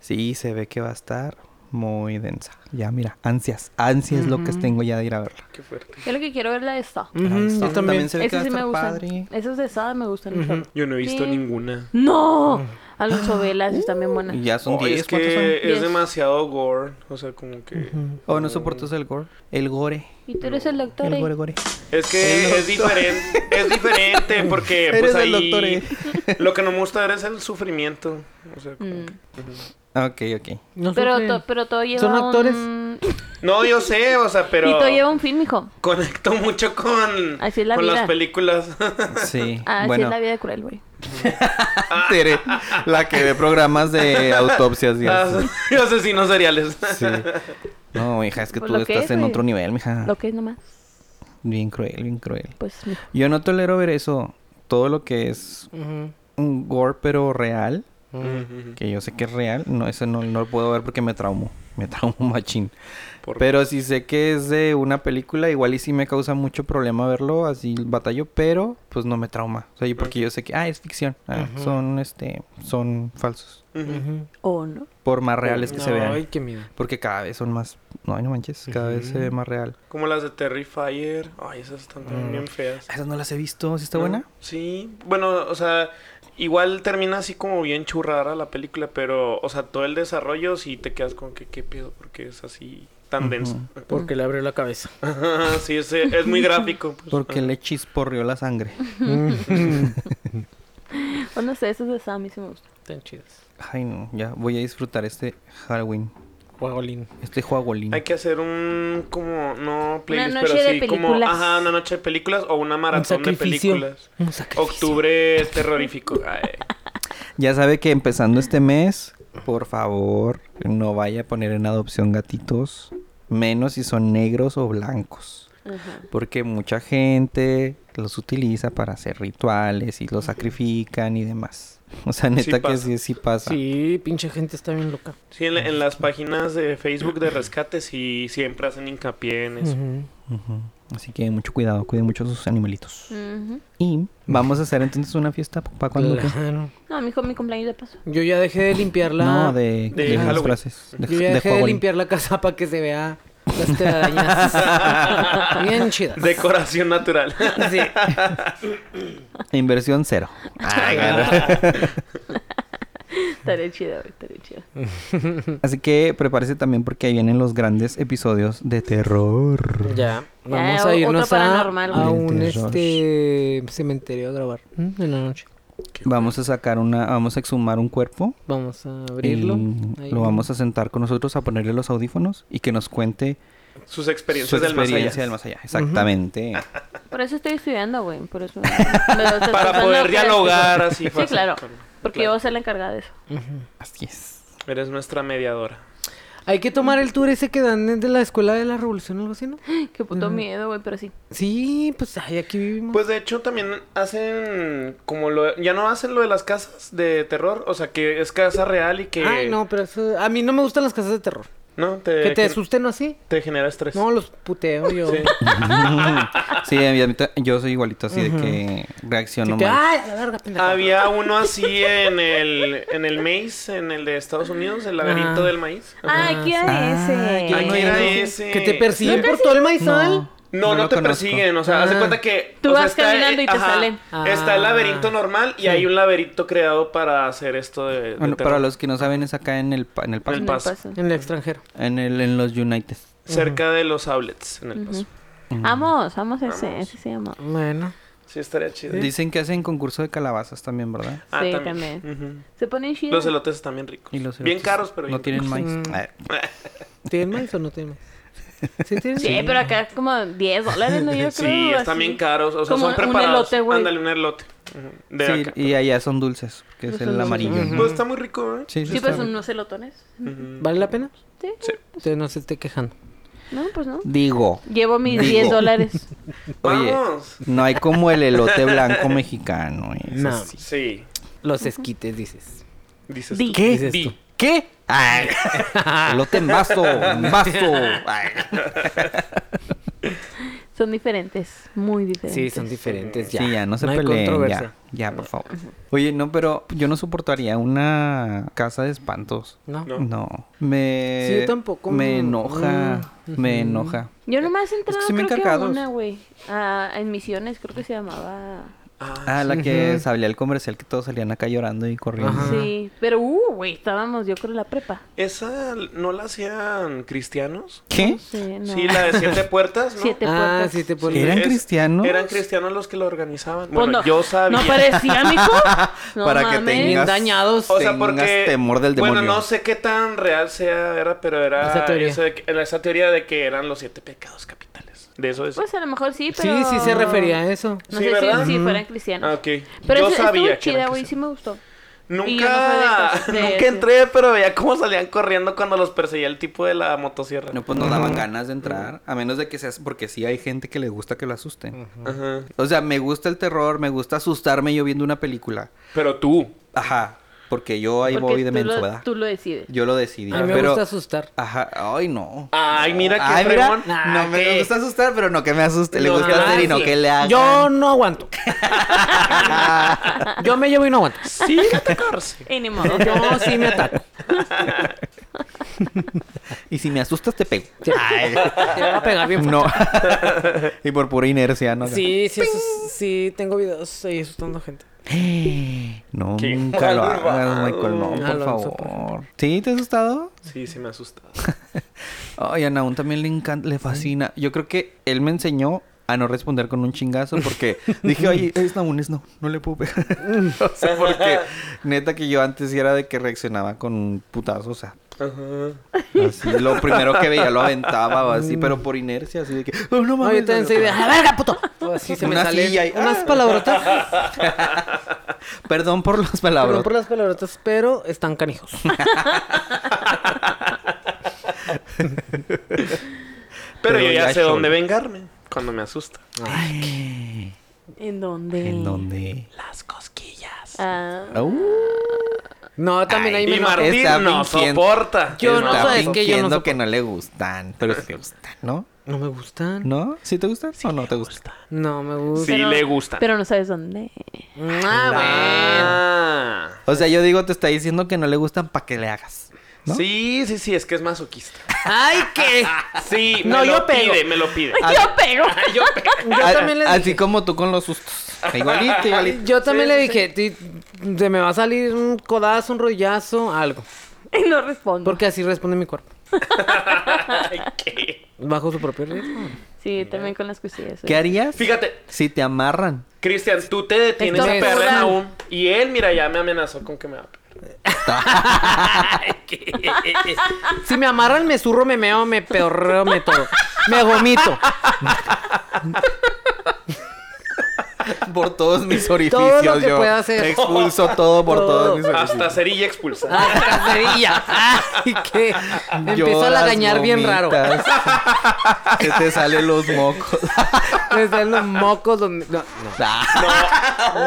S2: Sí, se ve que va a estar muy densa. Ya, mira, ansias. Ansias es lo que tengo ya de ir a verla.
S6: Qué fuerte.
S3: Yo lo que quiero ver es la de Saw.
S5: Ujú,
S2: Ahí
S5: Yo
S2: está.
S5: también.
S2: se ve que
S3: Esas
S2: va a
S3: sí me
S2: estar
S3: gustan.
S2: padre.
S3: Esas de Saw me gustan. un chorro.
S6: Yo no he visto
S3: Sí.
S6: ninguna.
S3: ¡No! Alonso Vela, esas están bien buenas.
S2: Y ya son
S6: Oh,
S2: 10.
S6: es
S2: ¿Cuántos son?
S6: que es
S3: Diez.
S6: demasiado gore. O sea, como que.
S2: Oh, no soportas el gore. El gore.
S3: Y tú eres el doctor.
S2: El
S3: ahí.
S2: gore, gore.
S6: Es que es diferente, es
S2: (laughs)
S6: diferente porque
S2: Eres
S6: pues
S2: el
S6: ahí
S2: doctor, eh.
S6: (laughs) lo que no me gusta ver es el sufrimiento. O sea, como
S3: Mm.
S6: que-
S2: Ok, ok.
S5: No
S3: Pero,
S5: sufre.
S3: to- pero todo lleva
S5: Son actores.
S3: un-
S6: No, yo sé, o sea, pero
S3: Y todo lleva un film, hijo.
S6: conecto mucho con,
S3: Así es la
S6: con
S3: vida.
S6: las películas. (laughs)
S2: Sí.
S3: Ah, Así
S2: bueno,
S3: es la vida de cruel, güey.
S2: Tere, la que ve programas de autopsias. y
S6: Ah,
S2: eso.
S6: asesinos seriales.
S2: Sí. No, hija, es que
S3: Pues
S2: tú
S3: lo que
S2: estás
S3: es,
S2: en
S3: güey.
S2: otro nivel, mija.
S3: Lo que es nomás.
S2: Bien cruel, bien cruel.
S3: Pues, mijo.
S2: Yo no tolero ver eso. Todo lo que es
S5: Ujú.
S2: un gore, pero real,
S6: (laughs) Ujú.
S2: que yo sé que es real, no, eso no, no lo puedo ver porque me traumo. Me traumo machín.
S6: Por-
S2: Pero si sé que es de una película, igual y sí me causa mucho problema verlo, así batallo, pero pues no me trauma. O sea, yo- porque yo sé que, ah, es ficción. ah, Son, este, son falsos.
S6: Ujú.
S3: O no.
S2: Por más reales que se
S5: Ay,
S2: vean.
S5: qué miedo.
S2: Porque cada vez son más, no, ay, no manches, cada vez se ve más real.
S6: Como las de Terrifier. Ay, esas están
S2: Mm.
S6: también bien feas.
S2: Ah, Esas no pues, las he visto, ¿sí está
S6: ¿No?
S2: buena?
S6: Sí, bueno, o sea, igual termina así como bien churrada la película, pero, o sea, todo el desarrollo sí te quedas con que qué pedo, porque es así tan denso. (laughs)
S5: Porque le abrió la cabeza.
S6: sí, es, es muy gráfico. pues.
S2: Porque le chisporrió la sangre.
S3: O no sé, esas de Saw a mí sí me gustan.
S5: Están chidas.
S2: (laughs) Ay, no, ya voy a disfrutar este Halloween,
S5: Guagolín.
S2: este Juagolín.
S6: Hay que hacer un, como, no playlist,
S3: Una
S6: pero
S3: noche de
S6: sí, como,
S3: películas.
S6: ajá, una noche de películas o una maratón de
S5: sacrificio.
S6: películas.
S5: Un sacrificio.
S6: Octubre
S5: (laughs)
S6: es terrorífico. Ay,
S2: Ya sabe que empezando este mes, por favor, no vaya a poner en adopción gatitos, menos si son negros o blancos.
S3: Ajá.
S2: Porque mucha gente los utiliza para hacer rituales y los sacrifican y demás. O sea, neta que
S6: pasa.
S2: sí, sí pasa.
S5: Sí, pinche gente está bien loca.
S6: Sí, en, la- en las páginas de Facebook de rescate sí siempre hacen hincapié en (laughs) eso.
S5: Ujú.
S2: Ujú. Así que mucho cuidado, cuiden mucho a sus animalitos.
S3: Ujú.
S2: Y vamos a hacer entonces una fiesta para cuando...
S5: Claro.
S3: No, mijo, mi cumpleaños de
S5: (laughs)
S3: paso.
S5: Yo ya dejé de limpiar la.
S2: No, de,
S6: de
S2: de las
S6: Halloween.
S2: frases. De,
S5: Yo ya
S2: de
S5: dejé de
S2: Halloween.
S5: limpiar la casa para que se vea
S2: (laughs)
S5: las telarañas. bien chidas.
S6: Decoración natural.
S5: Sí.
S2: Inversión cero.
S3: Estaré chida, güey, estaré chida.
S2: (laughs) Así que prepárese también porque ahí vienen los grandes episodios de terror.
S5: Ya. Vamos
S3: o-
S5: a irnos
S3: otro
S5: a,
S3: paranormal,
S5: a
S2: güey.
S5: un
S2: Del terror.
S5: este cementerio a grabar. ¿Mm? En la noche.
S2: Vamos a sacar una, vamos a exhumar un cuerpo.
S5: Vamos a
S2: y
S5: abrirlo. Ahí.
S2: lo vamos a sentar con nosotros a ponerle los audífonos y que nos cuente
S6: Sus
S2: su
S6: experiencias del más allá.
S2: experiencia del más allá. Exactamente.
S3: Por eso estoy estudiando, güey. Por eso. Me lo estás
S6: Para
S3: pasando,
S6: poder
S3: pero-
S6: dialogar así
S3: Sí,
S6: fácil.
S3: claro. Porque yo voy a ser la encargada de eso. (gasps)
S2: Así es.
S6: Eres nuestra mediadora.
S5: Hay que tomar el tour ese que dan de la escuela de la revolución o algo así, ¿no?
S3: Qué puto miedo, güey, pero sí.
S5: Sí, pues ay, aquí vivimos.
S6: Pues de hecho también hacen como lo... Ya no hacen lo de las casas de terror. O sea, que es casa real y que...
S5: Ay, no, pero eso. A mí no me gustan las casas de terror.
S6: ¿no? Te,
S5: que te
S6: gen-
S5: asusten o así.
S6: te genera estrés.
S5: No, los puteo yo.
S6: Sí.
S2: Sí, a mí- a mí ta- yo soy igualito así de que reacciono
S5: Que,
S2: mal.
S5: ay, a la verga, pendeja.
S6: Había uno así en el, en el maíz, en el de Estados Unidos, el laberinto
S5: Ah.
S6: del maíz.
S3: Ah, aquí era
S2: Ah,
S3: ese.
S2: ya
S6: Ay,
S2: no
S6: que
S2: era
S6: era
S2: ese.
S6: ese.
S5: Que te persiguen Ah.
S6: Sí.
S5: por todo el maizal.
S6: No,
S2: No
S6: no,
S2: lo
S6: te
S2: conozco.
S6: persiguen, o sea, haz de cuenta que...
S3: Tú
S6: o sea,
S3: vas caminando y te salen.
S6: Está el
S5: Ah.
S6: laberinto normal y hay un laberinto creado para hacer esto de... de
S2: Bueno, para
S6: terror.
S2: los que no saben es acá en el pa- en el
S6: En
S2: paso.
S6: el paso.
S5: En el extranjero.
S2: En el en los United.
S6: Cerca de los outlets, en el paso.
S3: Vamos, vamos ese,
S6: Vamos.
S3: ese se llama.
S5: Bueno.
S6: Sí, estaría chido.
S2: Dicen que hacen concurso de calabazas también, ¿verdad?
S6: Ah,
S3: Sí,
S6: también. Ujú.
S3: Se ponen chidos.
S6: Los elotes están bien ricos.
S2: Y los
S6: bien
S2: elotes
S6: caros, pero bien
S2: No tienen
S6: ricos.
S2: maíz.
S5: Mm.
S2: Ah,
S5: ¿Tienen maíz o no tienen maíz? Sí, tienen
S3: Sí, pero acá es como 10 dólares, ¿no? Yo
S6: Sí,
S3: creo,
S6: están
S3: así.
S6: bien caros. O sea,
S3: Como
S6: son
S3: un- un
S6: preparados.
S3: elote, güey.
S6: Ándale, un elote. Ujú. De
S2: sí,
S6: acá.
S2: y allá son dulces, que es el amarillo. ¿no?
S6: Pues está muy rico, ¿eh?
S2: Sí, sí,
S3: Sí,
S2: está
S3: pues son
S2: bien.
S3: unos celotones.
S6: Ujú.
S5: ¿Vale la pena?
S3: Sí.
S6: Sí.
S5: Usted no se esté quejando.
S3: No, pues no.
S2: Digo,
S3: Llevo mis
S2: Digo.
S3: 10 dólares.
S2: oye,
S6: Vamos.
S2: no hay como el
S6: (laughs)
S2: elote blanco mexicano. ¿eh? Eso
S5: No.
S2: sí.
S6: Sí.
S5: Los esquites, dices.
S6: Dices
S3: Di.
S6: tú.
S2: ¿Qué?
S5: Dices
S6: Di.
S5: tú.
S2: ¿Qué? Ay,
S5: Ah.
S2: elote en vaso, en vaso. Ay.
S3: Son diferentes, muy diferentes.
S5: Sí, son diferentes (laughs) ya.
S2: Sí, ya, no se
S5: hay
S2: peleen, ya,
S5: controversia.
S2: ya, por favor. Oye, no, pero yo no soportaría una casa de espantos.
S5: No.
S6: No.
S2: No, me...
S5: Sí, yo tampoco,
S2: Me
S5: no. Mm.
S2: enoja, me enoja.
S3: Yo nomás he entrado
S2: que sí me
S3: creo que a
S2: encargados.
S3: una, güey. Ah, en Misiones, creo que se llamaba.
S2: Ah, la que salía el comercial que todos salían acá llorando y corriendo.
S5: Ajá.
S3: Sí, pero, uh, güey, estábamos, yo creo, en la prepa.
S6: ¿Esa no la hacían cristianos?
S2: ¿Qué?
S3: Sí, no.
S6: Sí, la de
S3: (laughs)
S6: siete puertas, ¿no?
S3: Siete
S5: Ah,
S3: puertas.
S5: sí te pones.
S2: ¿Eran cristianos?
S6: Eran cristianos los que lo organizaban.
S3: Pues
S6: Bueno,
S3: no,
S6: yo sabía.
S3: ¿No
S6: (laughs)
S3: parecía,
S2: (laughs)
S3: mijo? No
S2: Para que
S3: mames.
S2: tengas,
S5: dañados.
S6: O sea,
S2: tengas
S6: porque.
S2: temor del demonio.
S6: Bueno, no sé qué tan real sea, era, pero era.
S5: Esa teoría.
S6: eso de que- era esa teoría de que eran los siete pecados capitales. De eso es.
S3: Pues a lo mejor sí,
S5: Sí,
S3: pero...
S5: sí se refería a eso.
S3: No
S6: Sí,
S3: sé
S6: ¿verdad?
S3: si, si
S6: Ujú.
S3: fueran cristianos.
S6: ah, ok.
S3: Pero
S6: yo
S3: eso
S6: sabía
S3: estuvo
S6: que eran
S3: chida, güey, sí
S6: cristianos.
S3: me gustó. Y yo no
S6: Nunca, (laughs)
S3: soy de- de-
S6: nunca entré, pero veía cómo salían corriendo cuando los perseguía el tipo de la motosierra.
S2: No, pues no daban ganas de entrar. A menos de que seas... Porque sí hay gente que le gusta que lo asusten.
S6: Ajá.
S2: O sea, me gusta el terror, me gusta asustarme yo viendo una película.
S6: Pero tú.
S2: Ajá. Porque yo ahí
S3: Porque
S2: voy de
S3: tú lo-
S2: mensuada.
S3: Tú lo decides.
S2: Yo lo decidí.
S5: A mí me
S2: pero...
S5: gusta asustar.
S2: Ajá. Ay, no.
S6: Ay, mira que
S2: Ay, mira,
S6: Fremón.
S5: Ah,
S2: no me
S5: ¿qué?
S2: gusta asustar, pero no que me asuste. Le
S6: No,
S2: gusta
S6: ah,
S2: hacer y no
S6: sí.
S2: que le hagan.
S5: Yo no aguanto. (laughs) Yo me llevo y no aguanto.
S6: Sí, no te corse.
S3: Y
S2: (laughs)
S3: ni modo.
S5: No, sí me ataco.
S2: Y si me asustas, te pego.
S5: Te
S6: (laughs)
S2: Ay.
S5: te va a pegar bien.
S2: (laughs) No. y por pura inercia, ¿no?
S5: Sí, sí, eso- sí, tengo videos ahí asustando gente.
S2: (gasps) No,
S6: Qué
S2: nunca lo
S6: malvado.
S2: hagas, Michael. No, por
S5: Ah, lo uso,
S2: favor. ¿Sí? ¿Te has asustado?
S6: Sí, sí me asustaba.
S2: Ay, a Naun también le encanta, le fascina. Yo creo que él me enseñó a no responder con un chingazo
S6: (laughs)
S2: porque dije, oye, es Naun, es no, no le puedo pegar. (laughs) o sea,
S6: (laughs)
S2: porque neta que yo antes sí era de que reaccionaba con un putazo, o sea,
S6: Ajá.
S2: Así, lo primero que veía lo aventaba o así, pero por inercia, así de que, oh, no
S5: No,
S2: mames.
S5: yo también soy de, ¡a la verga, puto! Así se me
S2: Una
S5: salen
S2: silla y- Ah.
S5: unas palabrotas.
S2: Perdón por las palabras.
S5: Perdón por las palabrotas, pero están canijos.
S6: Pero,
S2: Pero
S6: yo ya,
S2: ya
S6: sé
S2: solo.
S6: dónde vengarme cuando me asusta.
S3: ¿En dónde?
S2: ¿En dónde? Uh,
S6: Las cosquillas.
S3: Ah,
S5: No, también ahí
S6: Y
S5: me
S6: Martín
S2: Está
S6: no
S2: fingiendo-
S6: soporta.
S5: Yo no
S2: Está
S5: soy- es que yo no
S2: fingiendo
S5: sopo-
S2: que no le gustan, pero sí le gustan, ¿no?
S5: No me gustan.
S2: ¿No? ¿Sí te gustan o no te gustan?
S5: No me
S6: Sí
S5: gustan.
S6: le gusta.
S3: pero no sabes dónde.
S5: Ah,
S6: Ah.
S2: O sea, yo digo, te está diciendo que no le gustan para que le hagas. ¿no?
S6: Sí, sí, sí, es que es masoquista.
S5: bueno. ¡Ay, qué!
S6: Sí, me
S5: No,
S6: lo
S5: yo pego.
S6: pide, me lo pide.
S2: Ah,
S3: (laughs) Yo
S6: Ah,
S2: (laughs)
S3: pego.
S6: yo pego.
S5: Yo
S2: A-
S5: también le
S2: así
S5: dije.
S2: como tú con los sustos. Igualito, ah, igualito.
S5: Yo también
S6: Sí,
S5: le
S6: sí,
S5: dije, "Ti- se me va a salir un codazo, un rollazo, algo.
S3: Y no respondo.
S5: Porque así responde mi cuerpo.
S6: (laughs) Ay, ¿qué?
S5: Bajo su propio riesgo.
S3: Sí, también con las cosillas.
S2: ¿Qué harías
S6: Fíjate,
S2: si te amarran?
S6: Cristian, tú te detienes
S3: Esto
S6: a
S5: es
S6: perder
S5: moral.
S6: aún. Y él, mira, ya me amenazó con que me va a pegar.
S5: Si me amarran, me zurro, me meo, me peorreo, me todo. Me vomito.
S2: Por todos mis orificios.
S5: Todo lo que
S2: yo
S5: pueda hacer.
S2: Expulso todo por
S5: Todo.
S2: todos mis orificios.
S6: Hasta cerilla expulsada.
S5: Ah, Sevilla. Ay, qué. Me empiezo a
S2: Lloras,
S5: lagañar bien raro.
S2: vomitas, (laughs) Se te salen los mocos.
S5: Me salen los mocos. Los... No,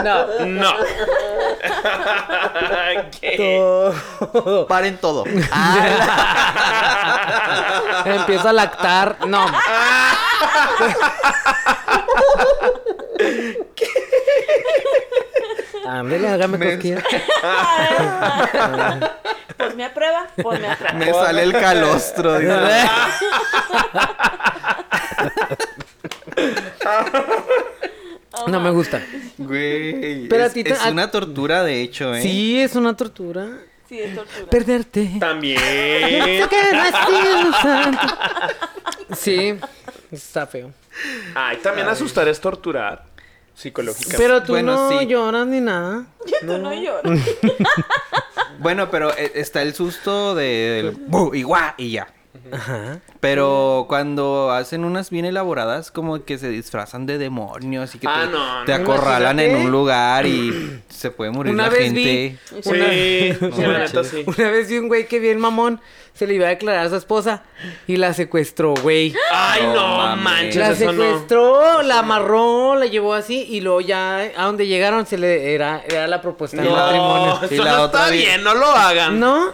S5: no. no. (laughs)
S6: No. ¿Qué?
S2: (laughs)
S5: Todo.
S2: Paren todo.
S5: Empiezo a lactar.
S6: (laughs)
S5: No. Ándale, hágame cosquillas.
S3: (laughs) Pues me aprueba, pues me aprueba.
S2: Me sale el (laughs) calostro. dice.
S5: No me gusta.
S2: Güey.
S5: Pero
S2: es,
S5: a ti te-
S2: es
S5: a-
S2: una tortura, de hecho, ¿eh?
S5: Sí, es una tortura.
S3: Sí, es tortura.
S5: Perderte.
S6: También.
S5: Sé que no has sido santo. Sí, está feo.
S6: Ay, también asustar es torturar psicológicamente.
S5: Pero tú
S2: Bueno,
S5: no
S2: sí.
S5: lloras ni nada.
S3: Tú no lloras.
S2: Bueno, pero eh, está el susto de, del bu, y guá, y ya.
S5: Ajá.
S2: Pero cuando hacen unas bien elaboradas, como que se disfrazan de demonios y que
S6: Ah,
S2: te,
S6: no,
S2: te
S6: no.
S2: acorralan en
S5: Imagínate.
S2: un lugar (clears throat) y se puede morir
S5: Una
S2: la
S5: vez
S2: gente.
S5: vi-
S6: Sí, sí, la neta sí.
S5: Una vez vi un güey que bien mamón se le iba a declarar a su esposa y la secuestró, güey.
S6: Ay,
S2: No
S6: no,
S2: mames.
S6: manches,
S5: La
S6: eso no.
S5: secuestró, la amarró, la llevó así y luego ya a donde llegaron se le era, era la propuesta de matrimonio.
S6: No,
S2: Y
S6: eso
S2: la
S6: no
S2: otra
S6: está
S2: vi-
S6: bien, no lo hagan.
S5: ¿No? Ah.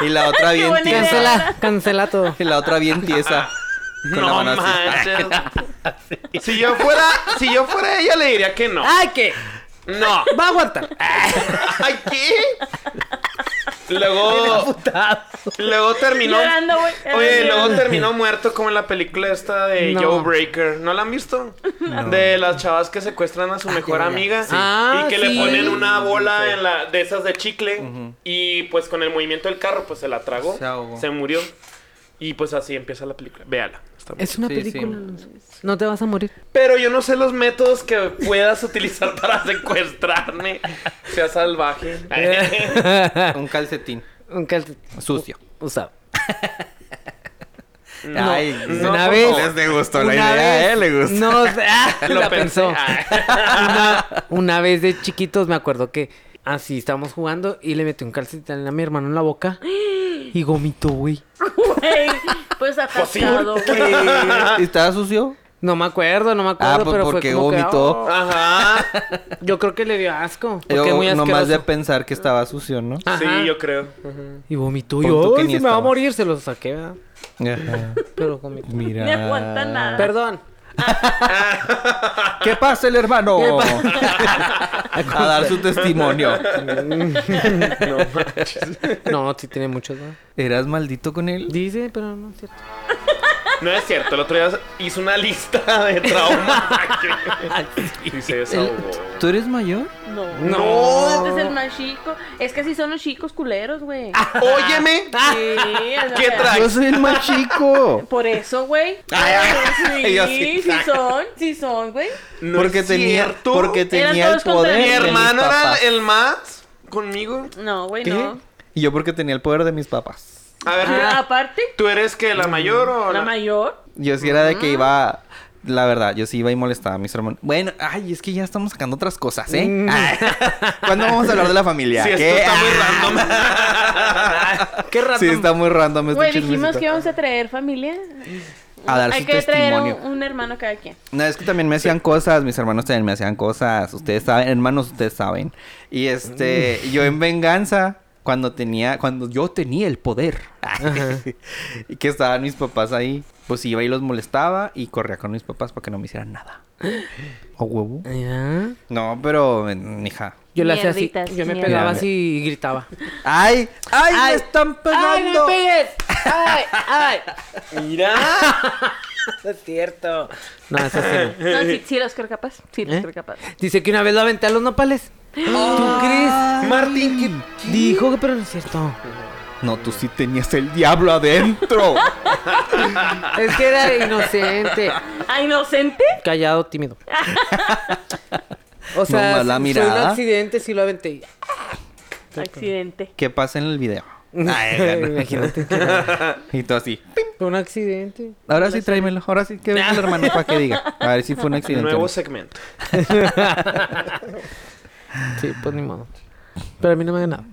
S6: No.
S2: Y la otra bien
S3: buena idea.
S2: tiesa.
S5: Cancela, cancela todo.
S2: Y la otra bien tiesa. Con la
S6: no
S2: mano así.
S5: (laughs)
S6: manches. si yo fuera, si yo fuera ella le diría que no.
S5: ¡Ay, qué!
S6: No.
S5: Va a aguantar.
S6: Ay, ¿qué? Luego, luego terminó.
S3: Llorando, güey.
S6: Oye, luego terminó muerto como en la película esta de
S5: No.
S6: Joe Breaker. ¿No la han visto? De las chavas que secuestran a su mejor
S5: ya, ya.
S6: amiga
S5: Sí. Ah,
S6: y que
S5: sí.
S6: le ponen una bola en la, de esas de chicle y pues con el movimiento del carro pues se la tragó,
S2: Se ahogó.
S6: se murió y pues así empieza la película. Véala. está muy-
S5: Es una
S2: Sí, sí.
S5: película. no sé. No te vas a morir.
S6: (laughs) Pero yo no sé los métodos que puedas utilizar para secuestrarme.
S2: (laughs)
S6: Sea salvaje.
S2: Ah, Un calcetín
S5: Un calcetín
S2: sucio.
S5: usado.
S2: Ay,
S6: No,
S5: una
S6: por
S5: vez.
S6: favor.
S2: les gustó
S5: Una vez-
S2: ¿eh?
S5: No, ah, la pensó. una, una vez de chiquitos me acuerdo que así estábamos jugando y le metí un calcetín a mi hermano en la boca y vomitó, güey.
S3: Güey, pues atascado, güey.
S2: ¿Y ¿Estaba sucio?
S5: No me acuerdo, no me acuerdo,
S2: Ah, pues
S5: pero
S2: porque
S5: fue como que,
S2: vomitó.
S6: Ajá.
S5: "Oh". yo creo que le dio asco, porque es
S2: Yo
S5: muy asqueroso.
S2: nomás de pensar que estaba sucio, ¿no?
S5: Ajá.
S6: Sí, yo creo.
S5: Y vomitó
S2: Pon
S5: yo,
S2: tú que
S5: "Ay,
S2: ni
S5: se me va a
S2: estabas".
S5: morir, se lo saqué, ¿verdad?
S2: Ajá.
S5: Pero vomitó.
S2: Mira.
S3: No aguanta nada.
S5: Perdón.
S2: ¿Qué pasa el hermano? (laughs) A dar su testimonio.
S6: No manches.
S5: No, sí tiene muchos, ¿verdad?
S2: ¿Eras maldito con él?
S5: Dice, pero no es cierto.
S6: No es cierto, el otro día hizo una lista de traumas. y se desahogó.
S2: ¿Tú eres mayor?
S3: No.
S6: No.
S3: Este es el más chico. Es que así son los chicos culeros, güey.
S2: Ah.
S6: Óyeme.
S3: Sí, o
S6: ¿Qué
S3: sea,
S6: traes?
S2: Yo soy el más chico.
S3: Por eso, güey.
S6: ay.
S3: Sí,
S6: Yo
S3: sí,
S6: sí.
S3: son, sí son, güey.
S6: No
S2: porque
S6: es
S2: tenía,
S6: cierto.
S2: porque tenía el
S3: todos contra
S2: poder.
S3: mí.
S6: mi
S2: de mis
S6: hermano era
S2: papás.
S6: el más conmigo.
S3: No, güey, no.
S2: Y yo porque tenía el poder de mis papás.
S6: A ver,
S3: Ah, Aparte,
S6: ¿tú eres que la mayor o
S3: la mayor.
S2: Yo sí era de
S3: Ah.
S2: que iba. La verdad, yo sí iba y molestaba a mis hermanos. Bueno, ay, es que ya estamos sacando otras cosas, ¿eh?
S5: Mm.
S2: Ay. (laughs) ¿Cuándo vamos a hablar de la familia?
S6: Si esto
S2: ¿Qué? Ah.
S6: está muy random.
S5: Qué raro.
S2: Sí, está muy random. este
S3: Güey, dijimos
S2: chismecito.
S3: que íbamos a traer familia.
S2: A dar
S3: Hay
S2: su
S3: que traer un,
S2: testimonio.
S3: un hermano cada quien.
S2: No, es que también me hacían cosas, mis hermanos también me hacían cosas,
S5: Mm.
S2: ustedes saben, hermanos, ustedes saben. Y este, yo en venganza, cuando tenía, cuando yo tenía el poder, (laughs) y que estaban mis papás ahí, pues iba y los molestaba y corría con mis papás para que no me hicieran nada. ¿O huevo?
S5: Mira.
S2: No, pero, mm, hija.
S5: Yo le hacía así.
S3: Mierditas,
S5: Yo me
S3: mierdas.
S5: pegaba así y gritaba.
S2: ¡Ay! ¡Ay!
S5: Ay,
S2: ¡Me están pegando!
S5: ¡Ay, me pegues! ¡Ay, (laughs) ay!
S6: Mira.
S5: es cierto. No, es así.
S6: Eh,
S5: no.
S3: No, sí, sí los creo capaz. Sí los
S5: ¿Eh?
S3: creo capaz.
S5: Dice que una vez lo aventé a los nopales. ¿Tú crees?
S2: Martín,
S5: Dijo que, pero no es cierto.
S2: no, tú sí tenías el diablo
S5: (laughs)
S2: adentro.
S5: Es que era inocente.
S3: ¿A inocente?
S5: Callado, tímido. O sea,
S2: Nomás la
S5: fue un
S2: mirada.
S5: accidente, sí lo aventé.
S3: Accidente.
S2: que pasa en el
S5: (laughs)
S2: video.
S5: Imagínate. que-
S2: (laughs) Y tú así.
S5: Fue un accidente.
S2: Ahora sí, tráemelo. Ahora sí, que venga el hermano para que diga. A ver si fue un accidente. o
S6: Nuevo
S2: no.
S6: segmento.
S5: Sí, pues ni modo. Pero a mí no me da nada.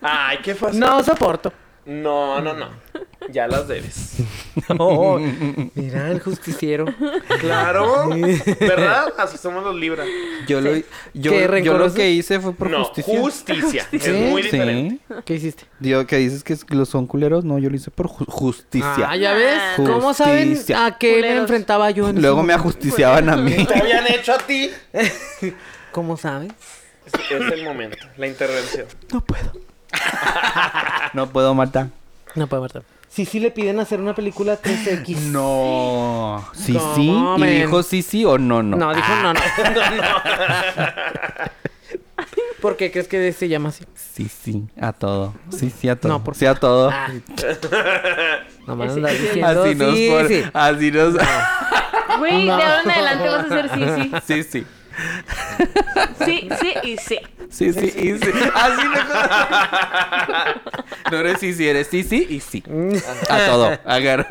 S6: Ay, qué fácil.
S5: No soporto.
S6: No, no, no. Ya las debes.
S5: (laughs) No. Mira el justiciero.
S6: Claro. ¿Verdad? Así somos los Libra.
S2: Yo, lo,
S5: ¿Qué,
S2: yo, yo lo
S5: rencoroso?
S2: que hice fue por
S6: No,
S2: justicia.
S6: justicia.
S2: (laughs)
S6: Es
S5: ¿Sí?
S6: muy
S2: Sí.
S6: diferente.
S5: ¿Qué hiciste?
S2: Digo, que dices que es- los son culeros. No, yo lo hice por ju- justicia.
S5: Ah, ya ves.
S2: Justicia.
S5: ¿Cómo saben a qué me
S3: Culeros.
S5: enfrentaba yo en ese
S2: Luego me
S5: momento?
S2: ajusticiaban a
S5: (laughs)
S2: mí. (laughs)
S6: Te habían hecho a ti.
S5: ¿Cómo sabes?
S6: Es, es el momento, la intervención.
S5: No puedo.
S2: No puedo matar.
S5: No pues, puedo, verdad. Sí, sí le piden hacer una película
S2: (laughs)
S5: 3X.
S2: No. Sí,
S5: ¿Cómo,
S2: sí. ¿Y
S5: men?
S2: dijo sí, sí o no, no? Ah.
S5: No, dijo no, no.
S2: (laughs)
S5: ¿Por qué crees que se llama así?
S2: Sí, sí, a todo. Sí, sí, a todo.
S5: Ah, No, por-
S2: Sí, a todo.
S5: Nomás
S3: Ese-
S5: andas
S3: ese-
S5: diciendo
S2: Así Ah. nos...
S5: sí,
S2: por-
S5: sí.
S2: Así nos...
S3: Güey, de ahora en adelante vas a hacer sí, sí.
S2: (laughs) Sí, sí.
S3: Sí, sí y
S6: (laughs)
S3: sí.
S2: Sí, sí, y sí. Así no... (laughs) No eres sí, sí, eres sí, sí y sí. A todo. Agarro.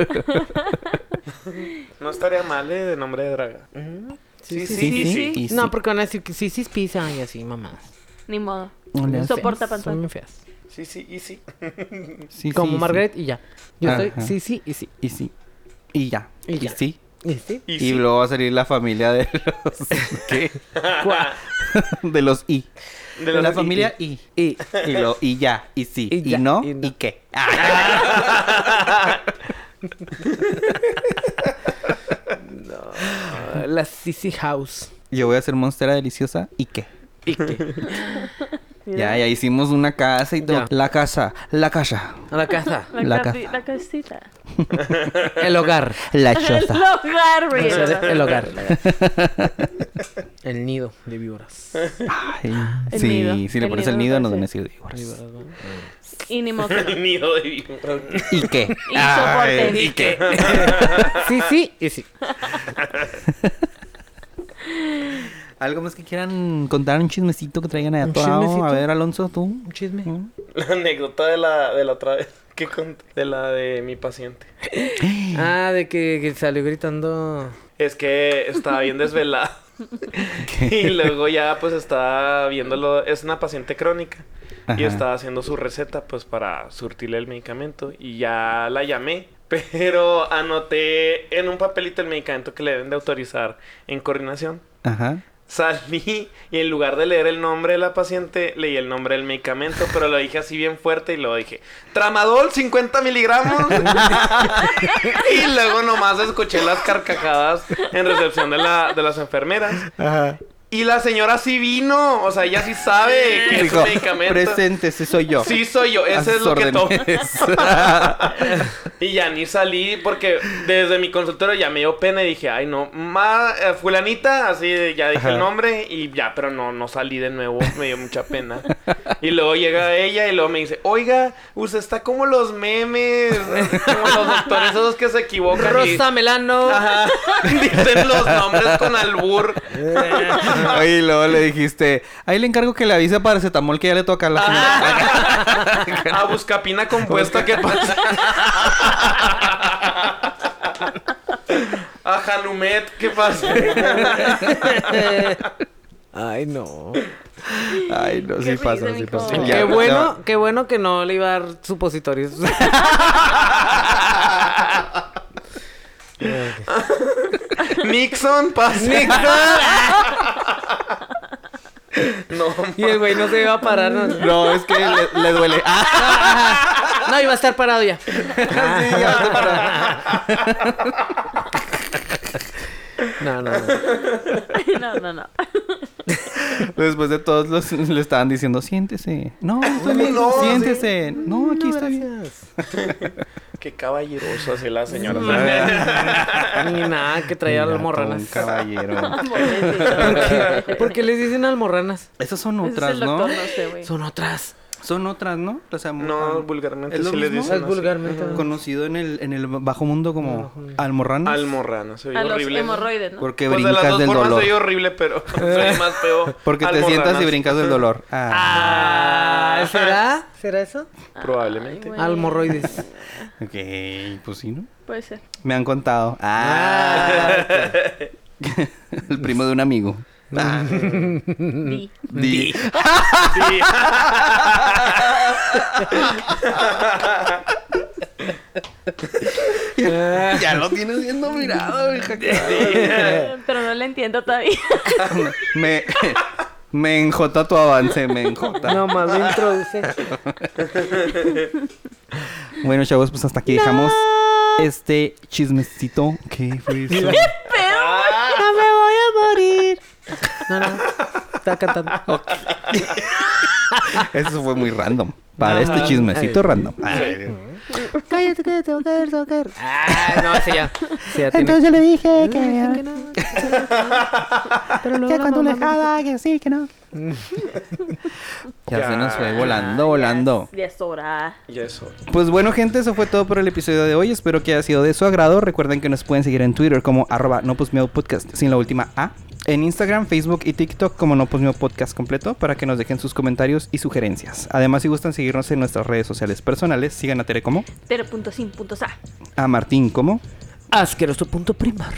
S6: No estaría mal, eh, de nombre de draga.
S5: Sí, sí,
S2: Sí,
S5: sí.
S2: sí,
S3: sí.
S2: y sí.
S5: No, porque van a decir que sí, sí, es pizza y así, mamá.
S3: Ni modo.
S2: Hola.
S3: Soporta
S5: Son
S3: pantalla.
S5: muy feas.
S6: Sí, sí, y sí.
S2: Sí,
S5: Como
S2: sí, sí.
S5: Margaret y ya. Yo
S2: Ajá.
S5: estoy sí, sí y sí.
S2: Y sí. Y ya.
S5: Y
S2: Y
S5: ya.
S2: sí.
S5: ¿Y sí?
S6: Y,
S2: Y,
S6: sí.
S2: luego va a salir la familia de
S5: (laughs)
S2: los... ¿Qué? De los I. De,
S6: los
S2: la
S6: I,
S2: familia I. I. Y, lo, y ya. Y sí.
S5: Y
S2: Y,
S5: ya,
S2: no.
S5: y
S2: Y,
S5: no.
S2: qué. Ah,
S5: Ah, la Sissy House.
S2: (laughs) Yo voy a ser monstera deliciosa. ¿Y qué?
S5: ¿Y qué?
S2: Ya, ya hicimos una casa y todo.
S5: Ya.
S2: La casa. La casa.
S5: A la casa.
S3: La,
S2: La
S3: capi-
S2: casa.
S3: la casita.
S5: El hogar.
S2: La
S3: (laughs)
S5: (laughs)
S3: El
S2: choza.
S3: hogar, güey.
S5: El, el hogar. El nido de víboras.
S2: Ay,
S3: El
S2: sí,
S3: nido,
S2: si le
S3: el
S2: pones el nido,
S3: nido,
S2: nos van a
S3: parece.
S2: decir víboras.
S5: Víboras, ¿no?
S3: Y ni modo.
S6: (laughs) El nido de víboras.
S2: ¿Y qué?
S3: Y soporte.
S2: Ay, ¿Y qué?
S5: Sí, sí y sí.
S2: (laughs) ¿Algo más que quieran contar? ¿Un chismecito que traigan allá
S5: ¿Un
S2: todo?
S5: chismecito?
S2: A ver, Alonso, tú.
S5: Un chisme.
S2: ¿Mm?
S6: La anécdota de la, de la otra vez que conté, de la de mi paciente.
S5: Ah, de que, que salió gritando.
S6: Es que estaba bien desvelada. y luego ya pues estaba viéndolo, es una paciente crónica. Y
S2: Ajá.
S6: estaba haciendo su receta pues para surtirle el medicamento. Y ya la llamé. (laughs) Pero anoté en un papelito el medicamento que le deben de autorizar en coordinación.
S2: Ajá.
S6: Salí y en lugar de leer el nombre de la paciente, leí el nombre del medicamento, pero lo dije así bien fuerte y lo dije, tramadol 50 miligramos. (laughs) y luego nomás escuché las carcajadas en recepción de, la, de las enfermeras.
S2: Ajá.
S6: Y la señora sí vino, o sea, ella sí sabe que es
S2: Dijo,
S6: un medicamento.
S2: presente, sí soy yo.
S6: Sí, soy yo,
S2: A
S6: ese es
S2: sus
S6: lo que tomo.
S2: órdenes.
S6: Y ya ni salí porque desde mi consultorio ya me dio pena y dije, ay no, ma, eh, fulanita, así de- ya dije el nombre y ya, pero no, no salí de nuevo, me dio mucha pena. Y luego llega ella y luego me dice, oiga, usted está como los memes, como los doctores esos que se equivocan. y-
S5: Rosa Melano.
S6: Ajá, (laughs) dicen los nombres con albur.
S2: (laughs) Oye, y luego le dijiste, ahí le encargo que le avise a paracetamol que ya le toca a la señora.
S6: (laughs) A buscapina compuesta, ¿qué pasa? A Hanumet, ¿qué pasa?
S5: Ay, no.
S2: Ay, no, sí
S3: Qué
S2: pasó,
S3: risa,
S2: sí
S3: mijo.
S2: pasó.
S3: Qué
S5: qué
S2: Ya,
S5: bueno, qué bueno que no le iba a dar supositorios. (laughs)
S6: (laughs) Nixon, pasa. No,
S5: y el güey no se iba a parar. No,
S2: ya. No, es que le, le duele. (laughs) Ah,
S5: No, iba a estar parado ya. Ah.
S2: sí, ya, para.
S5: No, no, no.
S3: No, no, no.
S2: Después de todos los, le estaban diciendo, siéntese. No, estoy bien,
S6: No, Mm,
S2: siéntese. No, aquí estoy bien.
S6: qué caballeroso hace la señora. (laughs)
S5: Ni nada que traía almorranas.
S2: caballero.
S5: ¿Por qué les dicen almorranas?
S2: Esas son
S3: Ese es
S2: otras,
S3: el
S2: ¿no?
S3: doctor, no sé, güey.
S5: Son otras.
S2: Son otras, ¿no? O sea,
S6: No,
S2: almorranas.
S6: vulgarmente
S2: ¿Es lo
S6: sí les
S2: mismo?
S6: dicen
S5: Es
S6: así.
S5: vulgarmente.
S2: Conocido en el, en el bajo mundo como almorranas.
S6: Almorrana, se oye
S3: A los
S6: horrible. ¿no?
S3: hemorroides, ¿no?
S2: porque
S6: Pues de las
S2: brincas
S6: dos
S2: del
S6: formas
S2: dolor.
S6: se oye horrible, pero (laughs) soy más peor.
S2: Porque te sientas y brincas del dolor. Ah,
S5: Ah, ¿será? ¿Será eso?
S6: Probablemente.
S3: Güey,
S5: Almorroides.
S3: Ah.
S2: ok, pues sí, ¿no?
S3: Puede ser.
S2: Me han contado. Ah, (laughs) el primo de un amigo. Ah.
S6: Mm.
S3: Di. (laughs)
S2: Di.
S6: Sí.
S2: (laughs) ya lo tienes bien dominado, hija.
S3: Pero no le entiendo todavía.
S2: (laughs) me, me enjota tu avance, me enjota.
S5: Nomás lo introduce.
S2: Bueno, chavos, pues hasta aquí dejamos este chismecito. ¿Qué fue (laughs) eso?
S3: Ah,
S5: No me voy a morir. No, no. Está cantando.
S2: Eso fue muy random. Para este chismecito random. Ay, Dios.
S5: Cállate caer, te va a caer, te va a caer.
S4: Ah, no, sí, ya. Sí, ya tiene.
S5: Entonces yo le dije que... (laughs) Pero luego que con tu lejada, que sí, que no.
S2: Ya,
S6: Ya.
S2: se nos fue volando, volando.
S3: De sobra.
S6: (laughs) Y eso.
S2: Pues bueno, gente, eso fue todo por el episodio de hoy. Espero que haya sido de su agrado. Recuerden que nos pueden seguir en Twitter como arroba no Pues Miau podcast sin la última A. En Instagram, Facebook y TikTok como no Pues Miau podcast completo para que nos dejen sus comentarios y sugerencias. Además, si gustan seguirnos en nuestras redes sociales personales, sigan a Tere como,
S3: Tere.sin.sa.
S2: a Martín como,
S5: Asqueroso punto primar.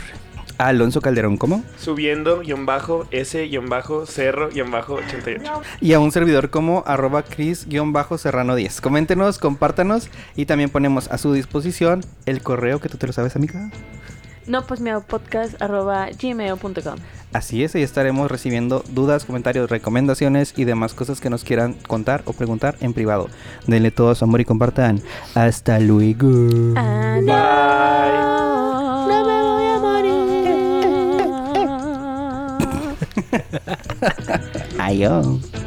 S2: a Alonso Calderón como
S6: Subiendo, guión bajo, S, guión bajo, cerro, guión bajo, 88.
S2: y a un servidor como arroba Cris-Serrano10. Coméntenos, compártanos y también ponemos a su disposición el correo que tú te lo sabes, amiga.
S3: No, pues mi podcast arroba gmail.com.
S2: Así es, ahí estaremos recibiendo dudas, comentarios, recomendaciones y demás cosas que nos quieran contar o preguntar en privado. Denle todo su amor y compartan. Hasta luego.
S3: Adiós. No me voy a morir.
S2: Adiós.